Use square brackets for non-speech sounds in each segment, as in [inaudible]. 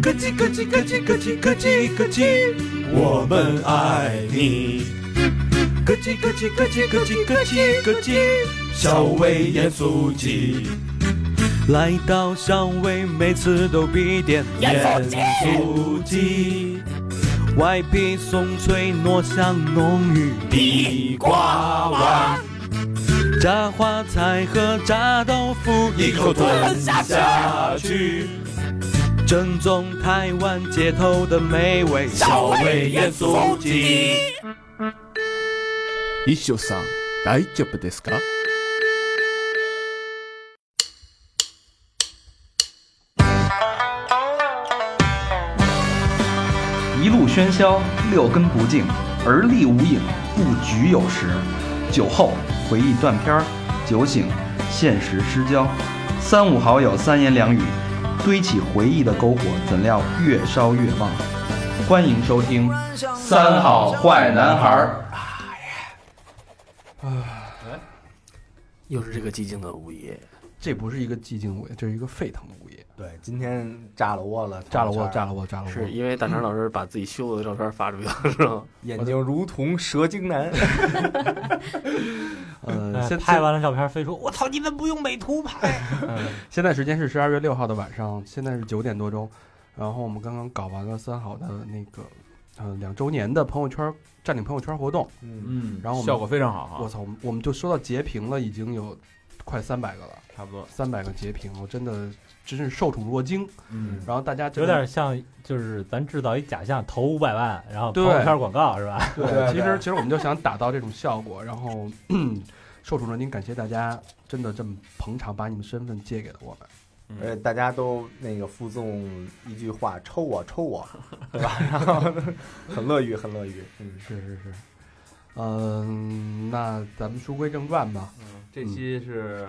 咯叽咯叽咯叽咯叽咯叽咯叽，我们爱你。咯叽咯叽咯叽咯叽咯叽咯叽，小伟盐酥鸡。来到小伟，每次都必点盐酥鸡，外皮松脆，糯香浓郁，地瓜丸。炸花菜和炸豆腐一口吞下去，正宗台湾街头的美味，小味盐酥鸡。一休さん、大丈夫ですか？一路喧嚣，六根不净，而立无影，不局有时。酒后回忆断片儿，酒醒现实失焦。三五好友三言两语，堆起回忆的篝火，怎料越烧越旺。欢迎收听《三好坏男孩儿又是这个寂静的午夜，这不是一个寂静的午夜，这是一个沸腾的午夜。对，今天炸了窝了，炸了我，炸了，了我，炸了我！是因为大肠老师把自己修的照片发出去了，是吗？眼睛如同蛇精男。呃，哎现拍完了照片，非说我操，你们不用美图 [laughs] 拍？嗯现在时间是十二月六号的晚上，现在是九点多钟。然后我们刚刚搞完了三好的那个，呃，两周年的朋友圈占领朋友圈活动。嗯，嗯然后我们效果非常好啊哈，我操，我们我们就收到截屏了，已经有快三百个了，差不多，三百个截屏，我真的真是受宠若惊。嗯，然后大家真有的点像，就是咱制造一假象，投五百万，然后朋对友圈广告是吧？对对其实其实我们就想达到这种效果，然后 [clears throat] 受宠若惊，感谢大家真的这么捧场，把你们身份借给了我们。而且大家都那个附送一句话：“抽我，抽我，对 [laughs] 吧？”然后很乐于，很乐于。嗯，是是是，嗯、那咱们书归正传吧。这期是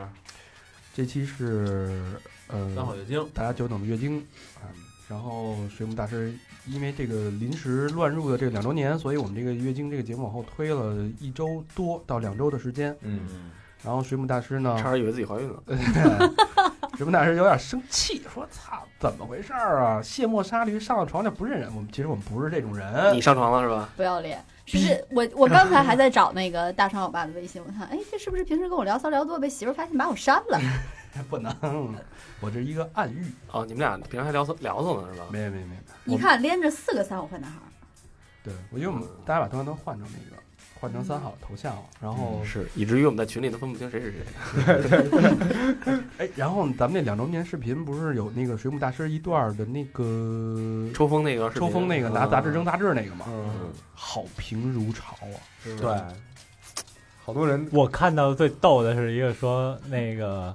这期是呃，三好月经，大家久等的月经啊。然后水母大师因为这个临时乱入的这个两周年，所以我们这个月经这个节目往后推了一周多到两周的时间。嗯，然后水母大师呢，差点以为自己怀孕了。水母大师有点生气，说：“操，怎么回事儿啊？卸磨杀驴上了床就不认人。我们其实我们不是这种你人。上床了是吧？不要脸！不是我，我刚才还在找那个大长老爸的微信，我看，哎，这是不是平时跟我聊骚聊多，被媳妇儿发现把我删了？不能，我这是一个暗喻。啊哦，你们俩平时还聊骚聊骚呢是吧？没有没有没有，一看连着四个三五坏男孩儿，对我觉得我们大家把头像都换成那个，换成三好头像了，然后是，以至于我们在群里都分不清谁是谁。哎，然后咱们那两周年视频不是有那个水母大师一段儿的那个抽风那个视频，抽风那个拿杂志扔杂志那个嘛，嗯，好评如潮啊！嗯对，好多人我看到最逗的是一个说那个，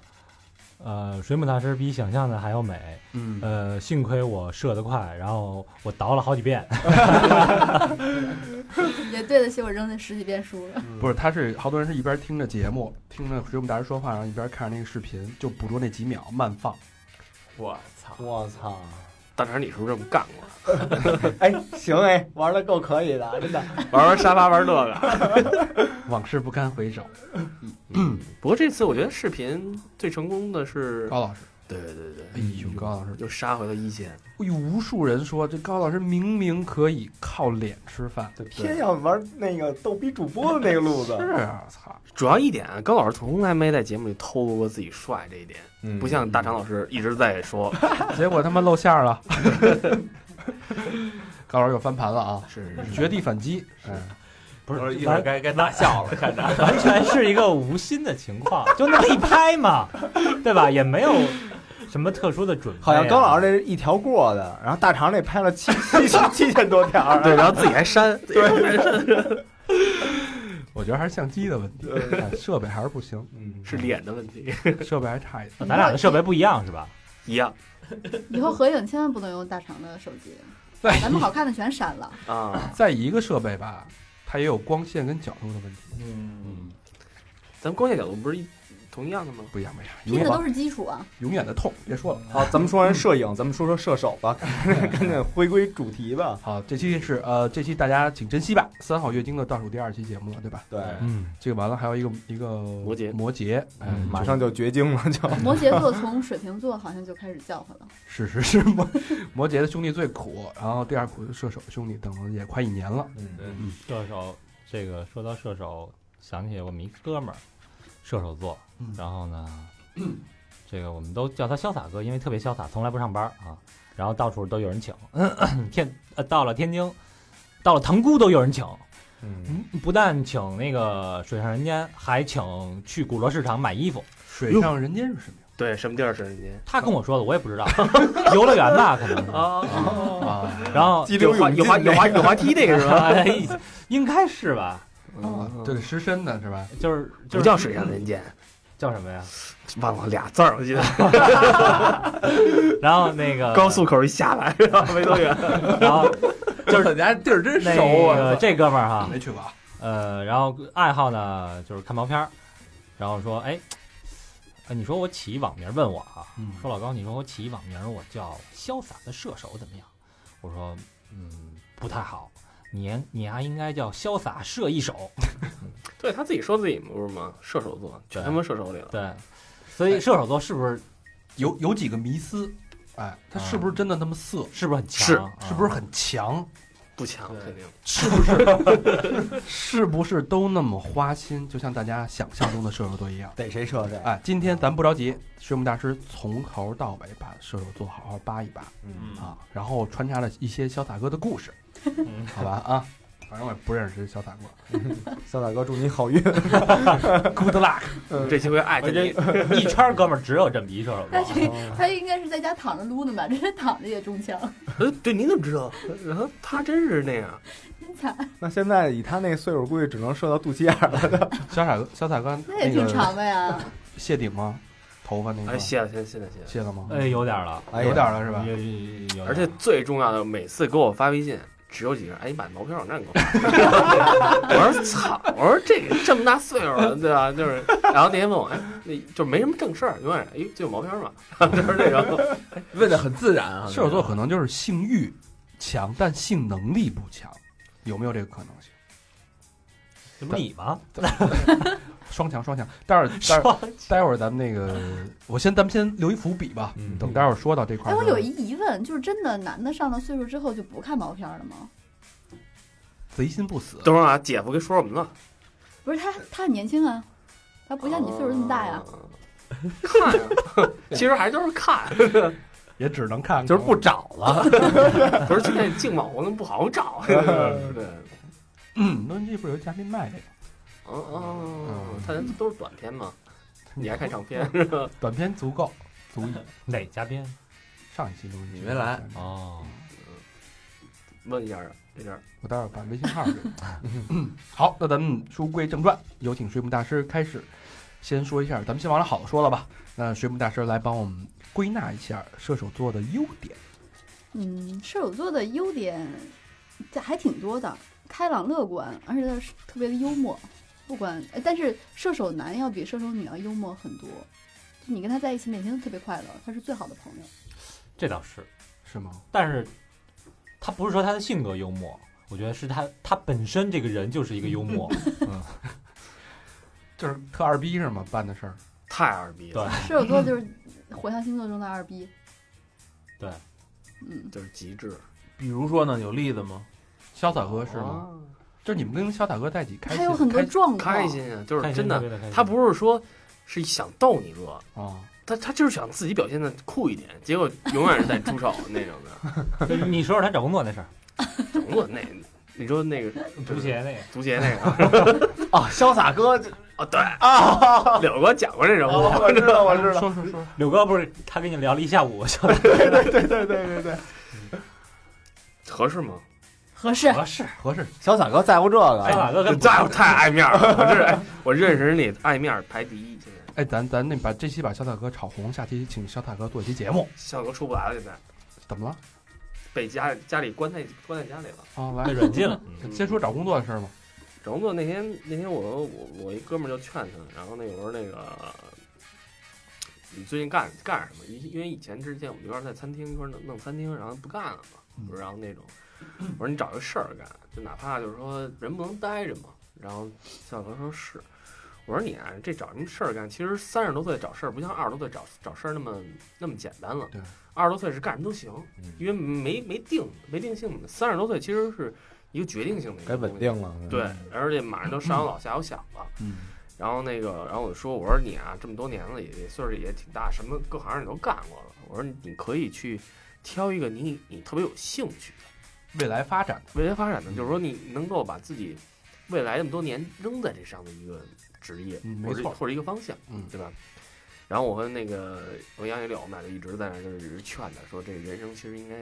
呃，水母大师比想象的还要美，嗯，呃，幸亏我射得快，然后我倒了好几 [laughs] 遍，也对得起我扔那十几遍书了。不是，他是好多人是一边听着节目，听着水母大师说话，然后一边看着那个视频，就捕捉那几秒慢放。我操，我操！大肠，你是不是这么干 [laughs] 过？哎，行哎，玩的够可以的，真的。玩玩沙发，玩这个。往事不堪回首，不过这次我觉得视频最成功的是，高老师，对对对对，哎呦，高老师，又杀回了一线。哎呦，无数人说这高老师明明可以靠脸吃饭，偏要玩那个逗逼主播的那个路是子，啊，操，主要一点，啊高老师从来没在节目里透露过自己帅这一点，嗯不像大肠老师一直在说。结果他妈露馅儿了。 [laughs] 高老师又翻盘了啊！是是是，绝地反击，嗯，不我说是一会儿完该该大笑了，看着， [laughs] 完全是一个无心的情况，就那么一拍嘛，对吧？也没有什么特殊的准备啊、 [laughs] 好像高老师这是一条过的，然后大肠那拍了七七七七千多条，对，然后自己还删，我觉得还是相机的问题，哎设备还是不 [laughs] 行，嗯，是脸的问题设备还差一点。咱俩的设备不一样是吧？ [laughs] 一样以后合影千万不能用大长的手机，把咱们好看的全删了。啊。在一个设备吧，它也有光线跟角度的问题。嗯，咱们光线角度不是一同样的吗？不一样不一样，永拼远的都是基础啊。永远的痛，别说了。好，咱们说完摄影，咱们说说射手吧， [laughs] 赶紧回归主题吧。好，这期是呃，这期大家请珍惜吧，三好月经的倒数第二期节目了，对吧？对，嗯，这个完了还有一个一个摩羯摩羯，哎，马上就绝经了，就摩羯座从水瓶座好像就开始叫唤了，是是是摩摩羯的兄弟最苦，然后第二苦是射手兄弟，等了也快一年了，嗯，射手，这个说到射手，想起我们一哥们儿，射手座嗯，然后呢， [clears throat] 这个我们都叫他潇洒哥，因为特别潇洒，从来不上班啊，然后到处都有人请， [coughs] 天呃到了天津，到了塘沽都有人请，嗯，不但请那个水上人间，还请去古着市场买衣服。水上人间是什么呀？对，什么地儿是人间他跟我说的，我也不知道， [laughs] 游乐园吧，可能是。啊？啊，然 [laughs] 后激流有滑勇有进滑有那滑有滑梯 [laughs] 那个是吧？哎应该是吧，啊这得湿身的是吧？就是就不是叫水上人间，嗯叫什么呀？忘了俩字儿，我记得然后那个高速口啊一下来，然后没多远，然后 [laughs] 就是人家地儿真那熟个啊，这哥们儿哈，没去过啊？呃，然后爱好呢就是看毛片儿，然后说，哎，呃你说我起一网名儿问我啊，嗯说老高，你说我起一网名儿，我叫潇洒的射手怎么样？我说，嗯，不太好，你你还应该叫潇洒射一手， [laughs] 对他自己说自己不是吗？射手座，全他妈射手里 [laughs] 了。对，所以射手座是不是有有几个迷思，哎，他是不是真的那么色？是不是很强？是啊嗯是不是很强？不强，肯定是不是？是不是都那么花心？就像大家想象中的射手座一样。逮谁射谁。哎，今天咱不着急，水母大师从头到尾把射手座好好扒一扒嗯，啊，然后穿插了一些潇洒哥的故事，好吧啊，反正我也不认识潇洒哥潇洒哥，祝你 [laughs] 好运。 ，Good luck，这期会艾特你。 [laughs] 一圈儿哥们儿只有这么一射手他座。啊这他应该是在家躺着撸呢吧？这躺着也中枪，呃，对，你怎么知道？然后他真是那样，真惨，那现在以他那岁数，估计只能射到肚脐眼儿了。潇洒哥，潇洒哥那也挺个长的呀。谢顶吗？头发那哎，个谢了，谢了，谢了，谢了。谢了吗？ [laughs] 哎，有点儿了，哎呀有点了是吧？有哎嗯有有，而且最重要的，每次给我发微信，只有几个人，哎，你把毛片网站给 [laughs] 我发。我说操，我说这个这么大岁数了，对吧？就是，然后那天问我，哎，那就没什么正事儿，永远，哎，就有毛片嘛， [laughs] 就是这种。问的很自然啊。射手座可能就是性欲强，但性能力不强，有没有这个可能性？这不你吗？双强双强，待会儿待会儿待会儿咱们那个，我先咱们先留一伏笔吧，嗯等待会儿说到这块哎，儿的我时候。有一疑问，就是真的男的上了岁数之后就不看毛片了吗？贼心不死，等会儿啊，姐夫跟说什么了？不是他，他很年轻啊，他不像你岁数那么大呀。嗯。看呀， [laughs] 其实还就是看，也只能看 [laughs] 看就是不找了，不是现在净网活动不好找。 [laughs] 对，嗯嗯，那这不是有嘉宾卖这个嗯哦，他都是短片嘛，你还看 [laughs] 长片是吧？短片足够足以。哪嘉宾？上一期录音你没来哦，问一下啊，这边儿我待会儿把微信号给你。 [laughs] 好，那咱们书归正传，有请水母大师开始。先说一下，咱们先往好的说了吧。那水母大师来帮我们归纳一下射手座的优点。嗯，射手座的优点这还挺多的，开朗乐观，而且他是特别的幽默。不管，呃但是射手男要比射手女要幽默很多。就你跟他在一起，每天都特别快乐，他是最好的朋嗯友。这倒是，是吗？但是他不是说他的性格幽默，我觉得是他他本身这个人就是一个幽默，嗯就是特二逼是吗？办的事儿，太二逼了，射手座就是火象星座中的二逼。对，嗯，就是极致。比如说呢，有例子吗？潇洒哦哥是吗？就是你们跟潇洒哥在一起开他心，有很多开状况，开心啊，就是开心真特的，别的开心，哦他不是说是想逗你乐，啊，他他就是想自己表现的酷一点，结果永远是在出丑那种的。就是你说说他找工作那事儿，整个那，你说那个 [laughs] 足协那个，足协那个哦，潇洒哥，啊， [laughs] 对啊，哦柳哥讲过这人物，哦我知道，我知道。说说说，柳哥不是他跟你聊了一下午，我想对 [laughs] 对对对对，合适吗？合适。合适，合适，潇洒哥在乎这哎，个，啊马哥 [laughs] 跟在乎太爱面儿了，我这 [laughs] 哎，我认识人里爱面儿排第一。现在哎，咱咱那把这期把小塔哥炒红，下期请小塔哥做一期节目，小哥出不来了，现在怎么了？被家家里关在关在家里了。啊，被来，软禁了，先说找工作的事儿吧。整个那天那天我我我一哥们儿就劝他，然后那我说那个你最近干干什么？因因为以前之前我们一块儿在餐厅一块儿弄弄餐厅，然后不干了嘛，然后那种，我说你找个事儿干，就哪怕就是说人不能待着嘛。然后小哥说是，我说你啊，这找什么事儿干？其实三十多岁找事儿不像二十多岁找找事儿那么那么简单了。对，二十多岁是干什么都行，因为没没定没定性。三十多岁其实是一个决定性的一个该东稳西定了。对，而且马上都上有老下有小了。嗯，然后那个，然后我就说，我说你啊，这么多年了也，也岁数也挺大，什么各行你都干过了。我说你你可以去挑一个你你特别有兴趣的未来发展的，未来发展的，就是说你能够把自己未来这么多年扔在这上的一个职业，嗯或没者错或者一个方向，嗯对吧？然后我跟那个我跟杨一柳，我们俩就一直在那儿就是劝他说，这人生其实应该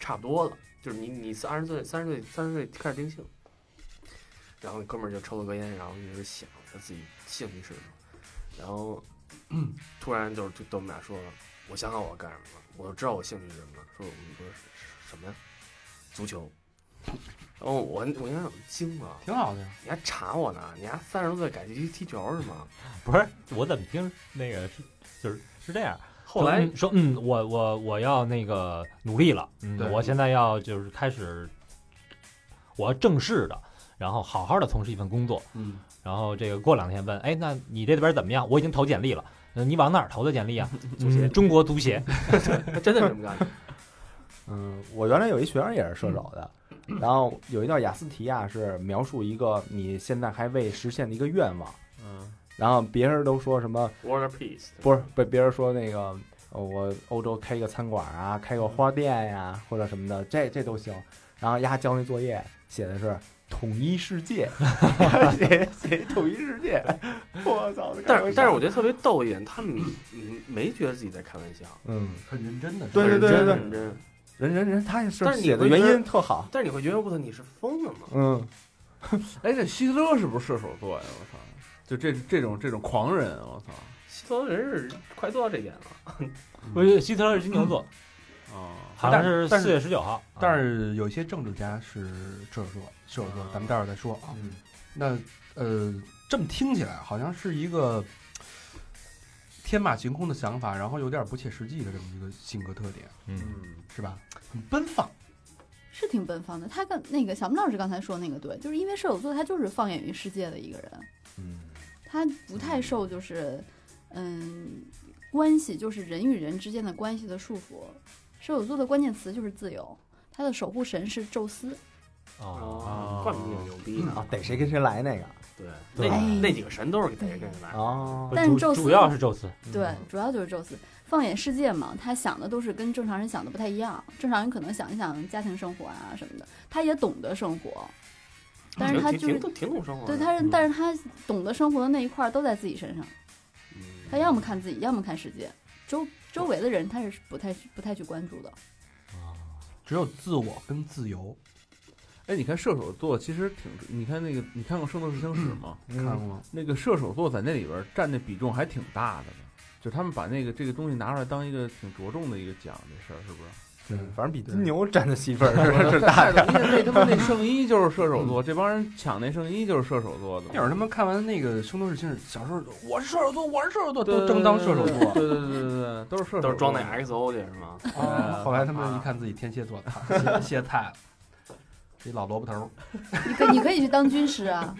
差不多了，就是你你三十岁、三十岁、三十岁开始定性。然后哥们儿就抽了根烟，然后一直想他自己兴趣是什么，然 [clears throat] 后、突然就是就跟我们俩说，我想好我要干什么了，我知道我兴趣是什么了，说我们说是什么呀？足球。然后哦我我想想惊了，挺好的呀。啊你还查我呢？你还三十多岁改去踢球是吗？不是，我怎么听那个是就是是这样。后来说嗯说嗯，我我我要那个努力了，嗯，对我现在要就是开始，我要正式的，然后好好的从事一份工作，嗯，然后这个过两天问，哎，那你这边怎么样？我已经投简历了，嗯，你往哪儿投的简历 [laughs] 啊？足协嗯中国足协， [laughs] 他真的是这么干的。嗯，我原来有一学生也是射手的，然后有一道雅思题啊，是描述一个你现在还未实现的一个愿望，嗯，然后别人都说什么 Water peace，不是被别人说那个。呃我欧洲开一个餐馆啊，开个花店呀、或者什么的，这这都行。然后丫交那作业写的是统一世界， [laughs] 写写统一世 [laughs] 界，我操！但是但是我觉得特别逗一点，他们嗯没觉得自己在开玩笑，嗯，很认真的，对对对对对认真。人人人他也是但是你写的会原觉得因特好，但是你会觉得我操你是疯了吗？嗯，哎，这希特勒是不是射手座呀？我操，就这这种这种狂人，我操希特勒人是快做到这点了，我觉得希特勒是金牛座，啊！好像嗯是但是四月十九号，但啊是有一些政治家是射手座，射手座，咱们待会儿再说啊。嗯那呃，这么听起来好像是一个天马行空的想法，然后有点不切实际的这么一个性格特点，嗯，是吧？很奔放，是挺奔放的。他跟那个小明老师刚才说那个对，就是因为射手座他就是放眼于世界的一个人，嗯，他不太受就是嗯关系，就是人与人之间的关系的束缚。射手座的关键词就是自由，他的守护神是宙斯。哦，怪不得你牛逼呢。啊，逮谁跟谁来那个对，对那哎那几个神都是逮着干什么？哦不但啊主宙斯主要是宙 [laughs] 斯，啊对，主要就是宙斯。放眼世界嘛，他想的都是跟正常人想的不太一样。正常人可能想一想家庭生活啊什么的，他也懂得生活，但是他嗯挺就是挺挺挺懂生活的。嗯对他是，但是他懂得生活的那一块儿都在自己身上。嗯他要么看自己，要么看世界，周周围的人他是不太不太去关注的。只有自我跟自由。哎，你看射手座其实挺，你看那个，你看过《圣斗士星矢》吗？嗯看过，那个射手座在那里边占的比重还挺大的呢，就他们把那个这个东西拿出来当一个挺着重的一个奖，这事儿是不是？嗯，反正比金牛占的戏份儿是大太点多儿。那他妈那圣衣就是射手座，这帮人抢那圣衣就是射手座的。那会儿他们看完那个《圣斗士星矢》，小时候我是射手座，我是射手座，对都争当射手座。对对对对对，都是射手，哎都是装那 XO 去是吗？哦啊 [laughs] 后来他们一看自己天蝎座，操 [laughs] 歇歇菜了，这老萝卜头儿。你可你可以去当军师啊，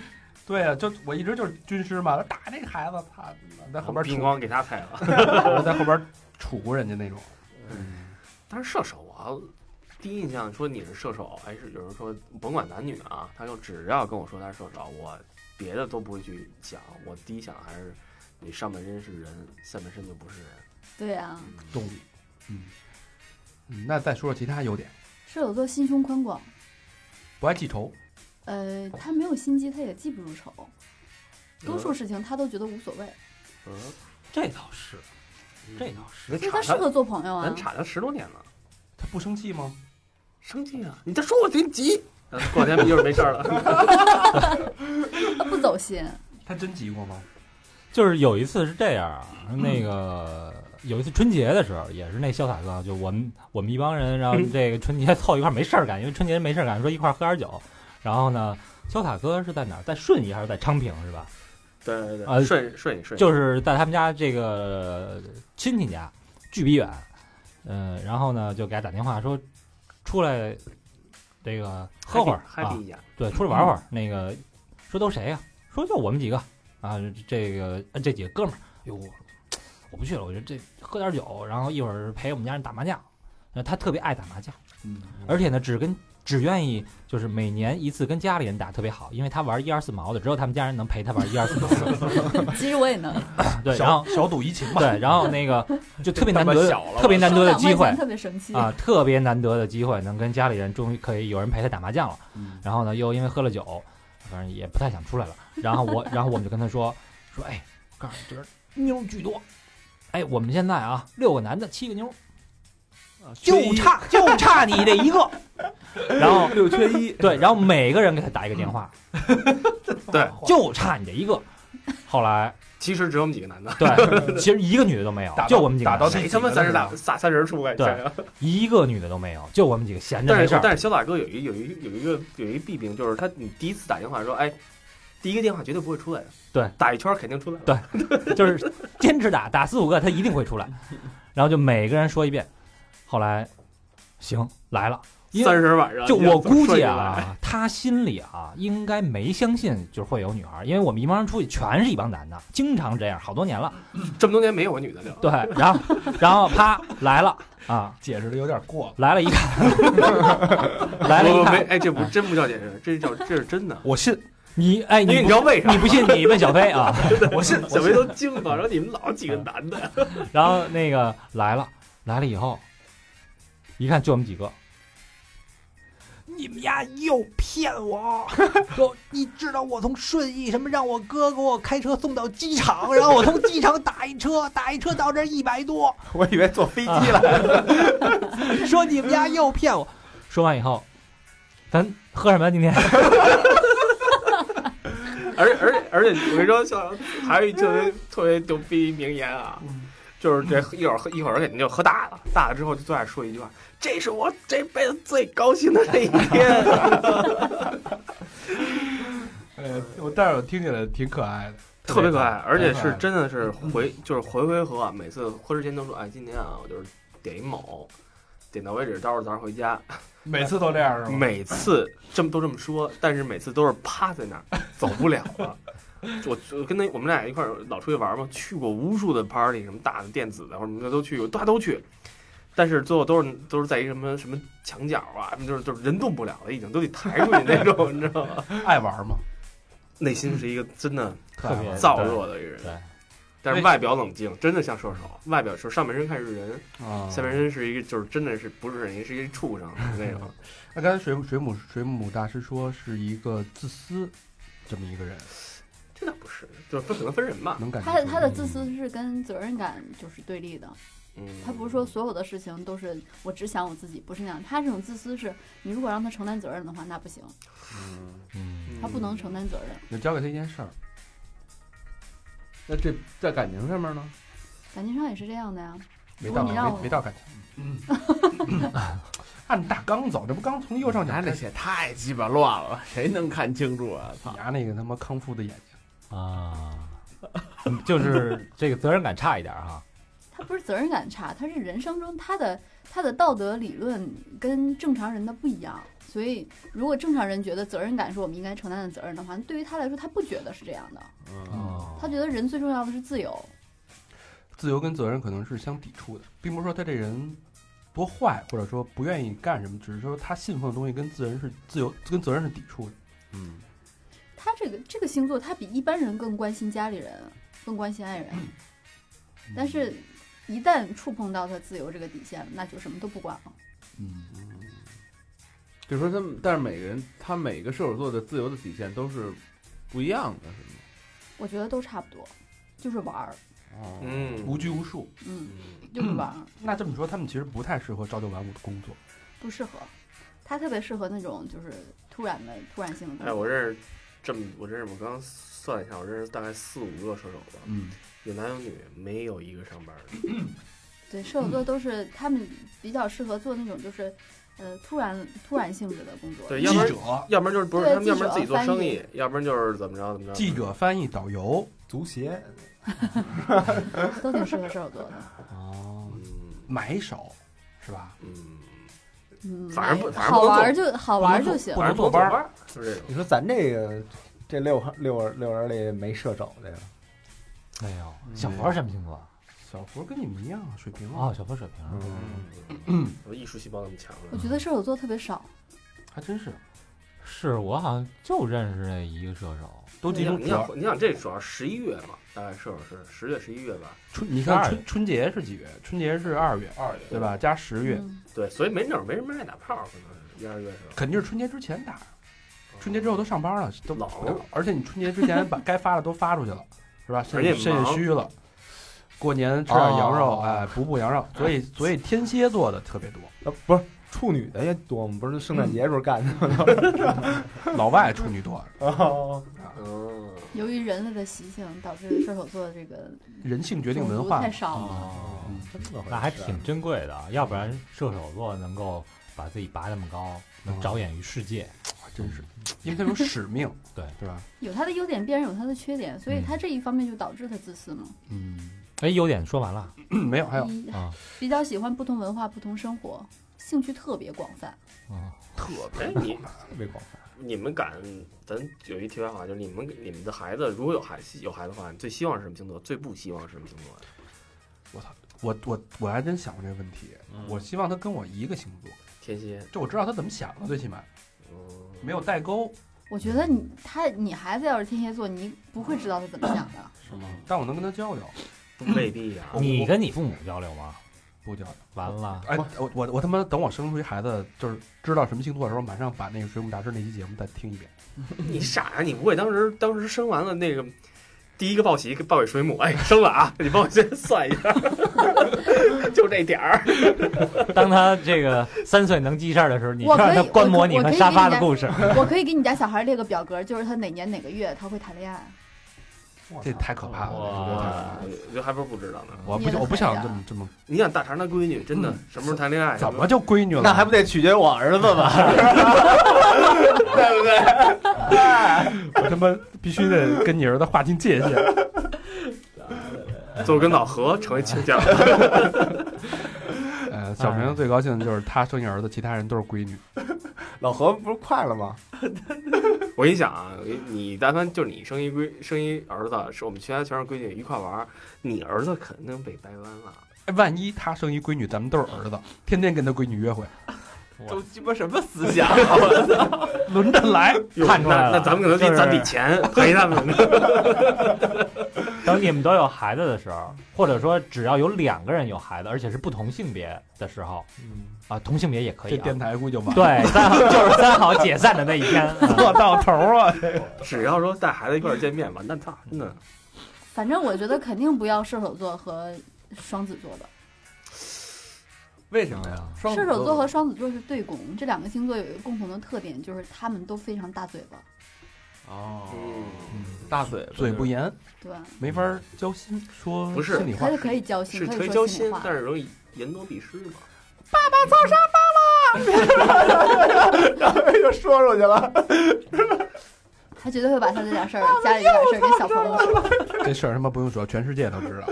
对啊，就我一直就是军师嘛，打这孩子，他在后边冰杵，光给他踩了。我在后边杵过人家那种。但是射手啊，第一印象说你是射手，还是有人说甭管男女啊，他就只要跟我说他是射手，我别的都不会去想，我第一想还是你上半身是人，下半身就不是人。对啊，动力。嗯，嗯那再说说其他优点，射手座心胸宽广，不爱记仇，呃，他没有心机，他也记不住仇，多数事情他都觉得无所谓，嗯，这倒是，这倒是，咱所以他查适他，合做朋友啊咱。查他十多年了，他不生气吗？生气啊！你再说我给你急。呃过两天一会儿没事儿了。他不走心，他真急过吗？ [laughs] 就是有一次是这样啊，那个有一次春节的时候，也是那潇洒哥，就我们我们一帮人，然后这个春节凑一块儿没事儿干，因为春节没事儿干，说一块儿喝点儿酒。然后呢，潇洒哥是在哪儿？在顺义还是在昌平是吧？ [laughs] 对对对，呃顺顺顺，就是在他们家这个亲戚家，距比远，呃，然后呢就给他打电话说，出来这个喝会儿嗨啊皮，一下，对，出来玩会儿。那个说都谁呀、说就我们几个啊，这个呃这几个哥们儿，哟，我不去了，我觉得这喝点酒，然后一会儿陪我们家人打麻将。呃他特别爱打麻将，嗯，而且呢，只跟只愿意就是每年一次跟家里人打特别好，因为他玩一二四毛的，只有他们家人能陪他玩一二四毛 [laughs] 的。其实我也 [laughs] 能，对，然小后小赌怡情 [laughs] 嘛，对，然后那 [laughs] 个就特别难得这他妈的小了，特别难得的机收到会花钱特别生气啊，，特别难得的机会，能跟家里人终于可以有人陪他打麻将了。嗯然后呢，又因为喝了酒，反正也不太想出来了。然后我，然后我们就跟他说说，哎，告诉你，这儿妞儿巨多。哎，我们现在啊，六个男的，七个妞儿，啊就差就差你这一 [laughs] 个。然后六缺一，对，然后每个人给他打一个电 [laughs] 话，对，就差你这一个。后来，其实只有我们几个男的，对，其实一个女的都没有打，到就我们几个打男到的，这谁他妈三十大仨三十出来？对想想一个女的都没有，就我们几个闲着但没事是儿。但是潇洒哥有一有一有一个有一弊病，就是他你第一次打电话说，哎，第一个电话绝对不会出来的，对，打一圈儿肯定出来了，对就是坚持打，打四五个他一定会出 [laughs] 来。然后就每个人说一遍，后来行来了，因三为十晚上就我估计，顺着来啊，他心里啊应该没相信就会有女孩，因为我们一帮人出去全是一帮男的，经常这样，好多 [laughs] 年了。这么多年没有个女的聊，对，然后然后啪来了啊，解释的有点过了。来了一看， [laughs] [laughs] 来了我一没看，哎，这不真不叫解释，这叫这是 [laughs] 真的，我信，你哎因为你你不知道为啥你？不信你问小飞啊，我信，小梅都惊了，然后你们老几个嗯男的，然后那个来了，来了以后，一看就我们几个，你们丫又骗 [laughs] 我！说你知道我从顺义什么让我哥给我开车送到机场，然后我从机场打一车， [laughs] 打一车到这一百多，我以为坐飞机了， [laughs] 说你们家又骗我。说完以后，咱喝什么呀？啊今天而而且而且我跟你说，像还有一特别特别牛逼名言啊，嗯就是这一会儿喝一会儿肯定就喝大了，大了之后就最爱说一句话：“这是我这辈子最高兴的那一天。哎呃，我但是我听起来挺可爱的，”特别可爱，而且是真的是回就是回回合啊，每次喝之前都说：“哎，今天啊，我就是点一某。”点到为止，到时候咱回家。每次都这样是吗？每次这么都这么说，但是每次都是趴在那儿走不了了。我我跟他我们俩一块儿老出去玩嘛，去过无数的 party，什么大的电子的或者什么的都去过，大家都去。但是最后都是都是在一个什么什么墙角啊，什么就是就是人动不了了，已经都得抬出去那种，你知道吗？爱玩嘛， [laughs] 内心是一个真的特别燥热的一个人，对但是外表冷静，真的像射手，外表是上半身看是人，啊下半身是一个就是真的是不是人，是一个畜生那种。那刚才水母水母水母大师说是一个自私这么一个人，这倒不是，就是分可能分人吧。能感觉他的出他的来自私是跟责任感就是对立的，嗯，他不是说所有的事情都是我只想我自己，不是那样。他这种自私是，你如果让他承担责任的话，那不行，嗯，他不能承担责任。你交给他一件事儿，那这在感情上面呢？感情上也是这样的呀，没如到果你让没我没到感情，嗯 [laughs] 按大纲走，这不刚从右上角拿开那始，些太鸡巴乱了，谁能看清楚啊？操！拿那个他妈康复的眼睛， [laughs] 啊，就是这个责任感差一点哈、他不是责任感差，他是人生中他的他的道德理论跟正常人的不一样。所以，如果正常人觉得责任感是我们应该承担的责任的话，对于他来说，他不觉得是这样的。嗯嗯哦他觉得人最重要的是自由。自由跟责任可能是相抵触的，并不是说他这人多坏，或者说不愿意干什么，只是说他信奉的东西跟自人是自由跟责任是抵触的。嗯，他这个这个星座，他比一般人更关心家里人，更关心爱人。但是，一旦触碰到他自由这个底线了，那就什么都不管了。嗯，就是说他们，但是每个人他每个射手座的自由的底线都是不一样的，是我觉得都差不多，就是玩儿，吗？哦，嗯，无拘无束。嗯，就是玩儿，那这么说，他们其实不太适合朝九晚五的工作。不适合。他特别适合那种就是突然的突然性的东西。哎，我认识这么，我认识我刚刚算了一下，我认识大概四五个射手吧，嗯，有男有女，没有一个上班的。对，射手座都是他们比较适合做那种就是，呃，突然突然性质的工作。对，记要不然者、要不然就是不是对他们，要不然记者自己做翻译生意，要不然就是怎么着怎么着。记者、翻译、导游，足协都挺适合射手座 [laughs] 的。哦，嗯买手是吧？嗯，嗯，反正不反正好不能玩做儿就好玩儿就行不。反正能坐坐班儿班儿，就这种。你说咱这个这六号六人六人里没射手这个，没有，哎小佛什么啊星座小佛跟你们一样啊，水平啊，哦，小佛水瓶，嗯，嗯，我艺术细胞那么强啊 [laughs] 我了，觉得射手座特别少，还真是是我好像就认识那一个射手，都集你中想你主要想你想这主要十一月嘛，大概是不是十月十一月吧？春，你看12春春节是几月？春节是二月，二月对吧？加十月，嗯对，所以没准儿没什么人爱打炮，可能是一二月是吧？肯定是春节之前打，春节之后嗯都上班了，都冷而且你春节之前把 [laughs] 该发的都发出去了，是吧？肾而且肾也忙虚了，过年吃点羊肉，哦哎，补补羊肉。所以所以天蝎座的特别多，呃，不是处女的也多吗？不是圣诞节时候干的吗？ [laughs] 老外处女多，哦嗯，由于人类的习性导致射手座这个人性决定种文族化太嘛。啊少了。哦，真的那还挺珍贵的啊，要不然射手座能够把自己拔那么高，能着眼于世界，，还真是，因为他有使命 [clears throat] 对对吧？有他的优点，必然有他的缺点，所以嗯他这一方面就导致他自私嘛。嗯，哎，优点说完了，没有，还有一啊比较喜欢不同文化、不同生活，兴趣特别广泛。嗯，特哎别，你没广泛。你们敢，咱有一题外话，就是你们你们的孩子如果有孩有孩子的话，你最希望是什么星座？最不希望是什么星座呀？我我我还真想过这个问题，嗯我希望他跟我一个星座，天蝎，就我知道他怎么想的，最起码嗯，没有代沟，我觉得你他你孩子要是天蝎座，你不会知道他怎么想的。是吗？但我能跟他交流，未必呀。你跟你父母交流吗？不交流。[laughs] 完了，哎，我我我他妈等我生出一孩子，就是知道什么星座的时候，马上把那个《水母大师》那期节目再听一遍。你傻呀？你不会当时当时生完了那个第一个报喜报给水母，哎，生了啊，你帮我先算一下， [laughs] 就这点儿。当他这个三岁能记事儿的时候，你我可以让他观摩你我可和以沙发的故 [laughs] 事，我可以给你家小孩列个表格，就是他哪年哪个月他会谈恋爱。这太可怕 [laughs] 了！哇我觉得还不如不知道呢。我不你的我不想孩这子么这么，你想大肠他闺女真的嗯什么时候谈恋爱？怎么就闺女了？那还不得取决于我儿子吗？我他妈必须得跟你儿子划清界 [laughs] 限。做根老何成为亲家？呃，小明最高兴的就是他生一儿子，其他人都是闺女。 [laughs] 老何不是快了吗？ [laughs] 我跟你讲啊，你但凡就是你生一闺生一儿子，是我们全家全是闺女一块玩儿，你儿子肯定被掰弯了。哎，万一他生一闺女，咱们都是儿子，天天跟他闺女约会，都鸡巴什么思 [laughs] 想？轮着来。看出来了那那咱们可能就得是攒笔钱陪他们。等你们都有孩子的时候，或者说只要有两个人有孩子，而且是不同性别的时候，啊，同性别也可这以、啊电。台估计就 [laughs] 完了。对，三好就是三好解散的那一天，啊我到头啊！ [laughs] 只要说带孩子一块儿见面吧，那他真的反正我觉得肯定不要射手座和双子座的。为什么啊呀？射手座和双子座是对攻，这两个星座有一个共同的特点，就是他们都非常大嘴巴。哦，嗯大嘴巴嘴不就是严，对，没法儿交心，说不是心里话 [laughs] 他。就可以交心，是可可以以说交心里心话，。但是容易言多必失嘛。就说出去了。他绝对会把他这点事儿、家里这点事儿跟小朋友说。这事儿他妈不用说，全世界都知道。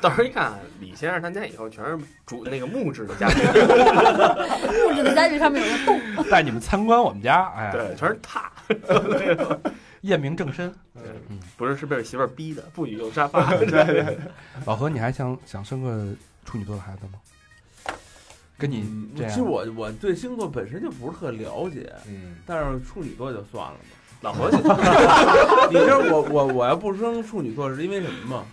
到时候一看，李先生他家以后全是主那个木质的家具，布置的家具上面有个洞，带你们参观我们家，哎，对，全是榻，验明正身。不是是被媳妇儿逼的，不许用沙发。老何，你还想想生个处女座的孩子吗？跟你嗯这其样实我我对星座本身就不是特了解，嗯，但是处女座就算了吧。老何 [laughs] 现你知道我我我要不生处女座是因为什么吗？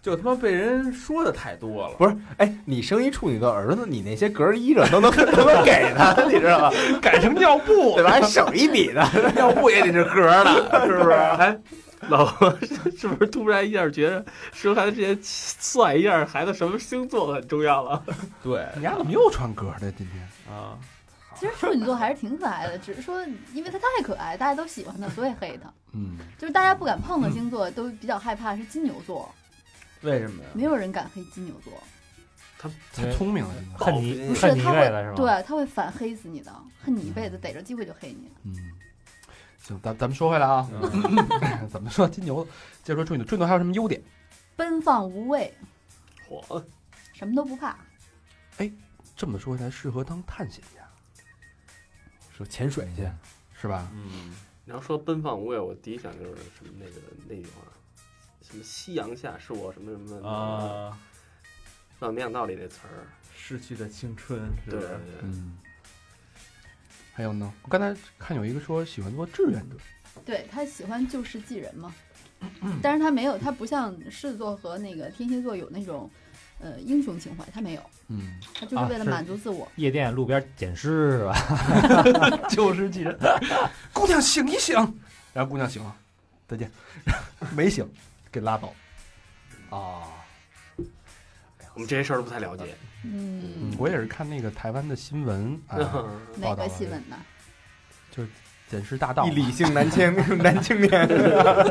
就他妈被人说的太多了。不是，哎，你生一处女的儿子，你那些格儿衣裳都能 [laughs] 都能给他，你知道吧？改成尿 [laughs] 布对吧？还省一笔呢， [laughs] 要不也得是格儿的，是不是？哎，老婆是不是突然一下觉得生孩子之前算一下孩子什么星座很重要了？对你家怎么又穿格的？今天啊，其实处女座还是挺可爱的，只是说因为他太可爱，大家都喜欢他，所以黑他。嗯，就是大家不敢碰的星座都比较害怕是金牛座，为什么呀？没有人敢黑金牛座，太聪明了，真的。恨不你是恨你一他辈会子是吗？，对他会反黑死你的，恨你一辈子，逮着机会就黑你。嗯，行，咱咱们说回来啊，咱们说金牛，接着说处女，处女还有什么优点？奔放无畏，火，什么都不怕，这么说才适合当探险家，说潜水去，是吧？嗯，你要说奔放无畏，我第一想就是什么那个那句话，什么夕阳下是我什么什么啊，那没想到里那词儿，逝去的青春，是对不对是对，嗯，还有呢，我刚才看有一个说喜欢做志愿者，对他喜欢就事即人嘛。嗯 [clears throat] 但是他没有，他不像狮子座和那个天蝎座有那种，呃，英雄情怀，他没有，嗯，他就啊是为了是满足自我。夜店路边捡尸是吧？就是记人。姑娘醒一醒，然后姑娘醒了，再见，[laughs] 没醒，给拉倒。啊，我们这些事儿都不太了解。嗯，我也是看那个台湾的新闻嗯啊，哪个新闻呢？捡尸大盗一嘛，理性男青 [laughs] 男青年，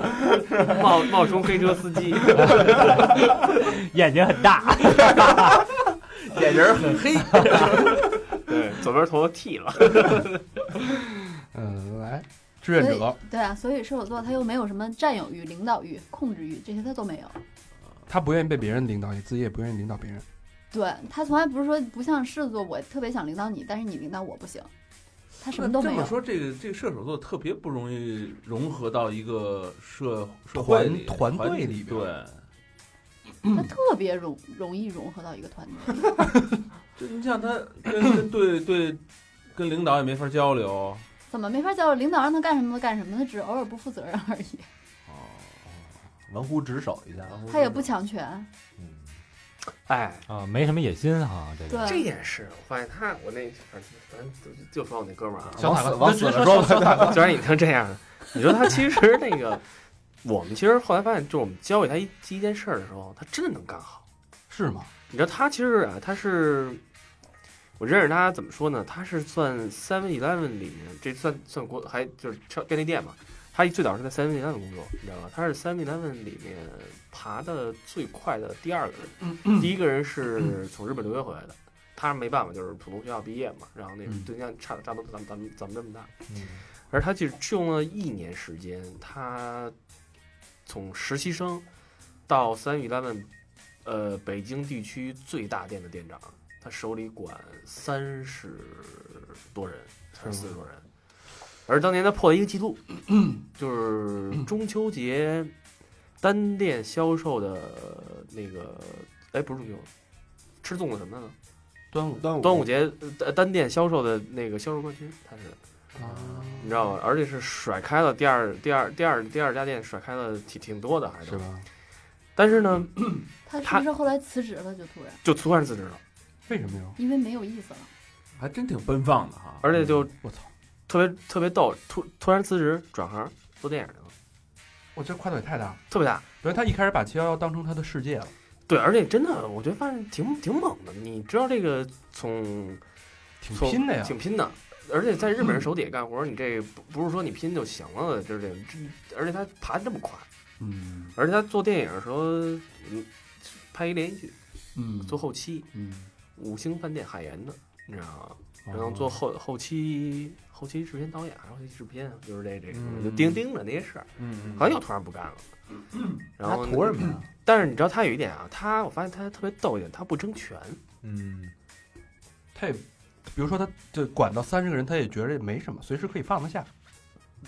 [laughs] 冒冒充黑车司机， [laughs] 眼睛很大，眼仁很黑。 [laughs] 对，左边头发剃了，嗯，来志愿所以者，对啊，所以射手座他又没有什么占有欲、领导欲、控制欲，这些他都没有。他不愿意被别人领导，也自己也不愿意领导别人。对他从来不是说不像狮子座，我特别想领导你，但是你领导我不行，他什么都那没这么有。说，这个这个射手座特别不容易融合到一个社社团会里团体队里边对，嗯他特别容容易融合到一个团队。就你像他跟跟对对跟领导也没法交流怎么没法叫领导让他干什么就干什么，他只是偶尔不负责任而已，哦，玩忽职守一下，他也不强权。嗯，哎，啊，没什么野心哈，这个对，这也是，我发现他，我那反正咱就就说我那哥们儿啊，小往死塔克往死了说吧，虽然已经这样了，你说他其实那个，我们其实后来发现，就是我们教给他一第一件事儿的时候，他真的能干好。是吗？你知道他其实啊，他是我认识他怎么说呢？他是算 Seven Eleven 里面这算算国还就是超便利店嘛。他最早是在 Seven Eleven 工作，你知道吧？他是 Seven Eleven 里面爬的最快的第二个人，第一个人是从日本留学回来的。他没办法，就是普通学校毕业嘛，然后那嗯对象差差不多咱们咱们咱们这么大，嗯而他就是用了一年时间，他从实习生到三 eleven，呃，北京地区最大店的店长，他手里管三十多人，三十四十多人。而当年他破了一个记录，就是中秋节单店销售的那个，哎，不是中秋，吃粽子什么的呢？端午端午端午节呃单店销售的那个销售冠军，他是。啊，你知道吗？而且是甩开了第二、第二、第二、第二家店，甩开了挺挺多的，还是是。吧？但是呢，他是他不是后来辞职了？就突然就突然辞职了，为什么呀？因为没有意思了。还真挺奔放的哈。而且就我操，特别特别逗，突突然辞职转行做电影去了，我这跨度也太大了。特别大。等于他一开始把七幺幺当成他的世界了。对，而且真的，我觉得发现挺挺猛的。你知道这个从挺从拼的呀，挺拼的。而且在日本 [clears throat] 人手底下干活，你这不不是说你拼就行了，就是这个。这而且他爬得这么快，嗯而且他做电影的时候，嗯，拍一连续剧，嗯，做后期，嗯，五星饭店海盐的，你知道吗？哦哦然后做后后期后期制片导演，后期制片就是这这个，嗯就盯盯着那些事儿。嗯，好像又突然不干了， [clears throat] 然他后图什么呀？ [clears throat] 但是你知道他有一点啊，他我发现他特别逗一点，他不争权，嗯，他也，比如说他就管到三十个人，他也觉得也没什么，随时可以放得下，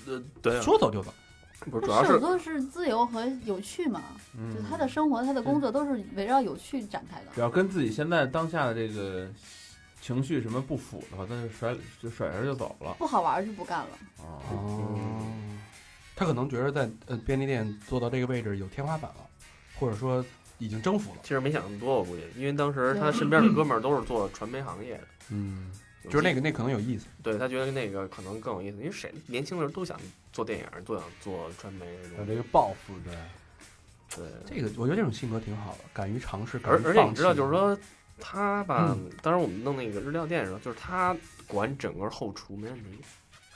呃，对啊，说走就走。不是主那要射手是座是自由和有趣嘛，嗯就他的生活、他的工作都是围绕有趣展开的只。要跟自己现在当下的这个情绪什么不符的话，他就甩就甩身就走了不好玩儿就不干了，啊。哦，他可能觉得在呃便利店做到这个位置有天花板了，或者说已经征服了。其实没想那么多，我估计，因为当时他身边的哥们儿都是做传媒行业的，嗯，有就是那些个那可能有意思。对他觉得那个可能更有意思，因为谁年轻的人都想做电影，都想做传媒这有种，啊这个抱负对，对，这个我觉得这种性格挺好的，敢于尝试，敢而于而且嗯放你弃。知道，就是说他吧，当时我们弄那个日料店的时候，就是他管整个后厨没问题，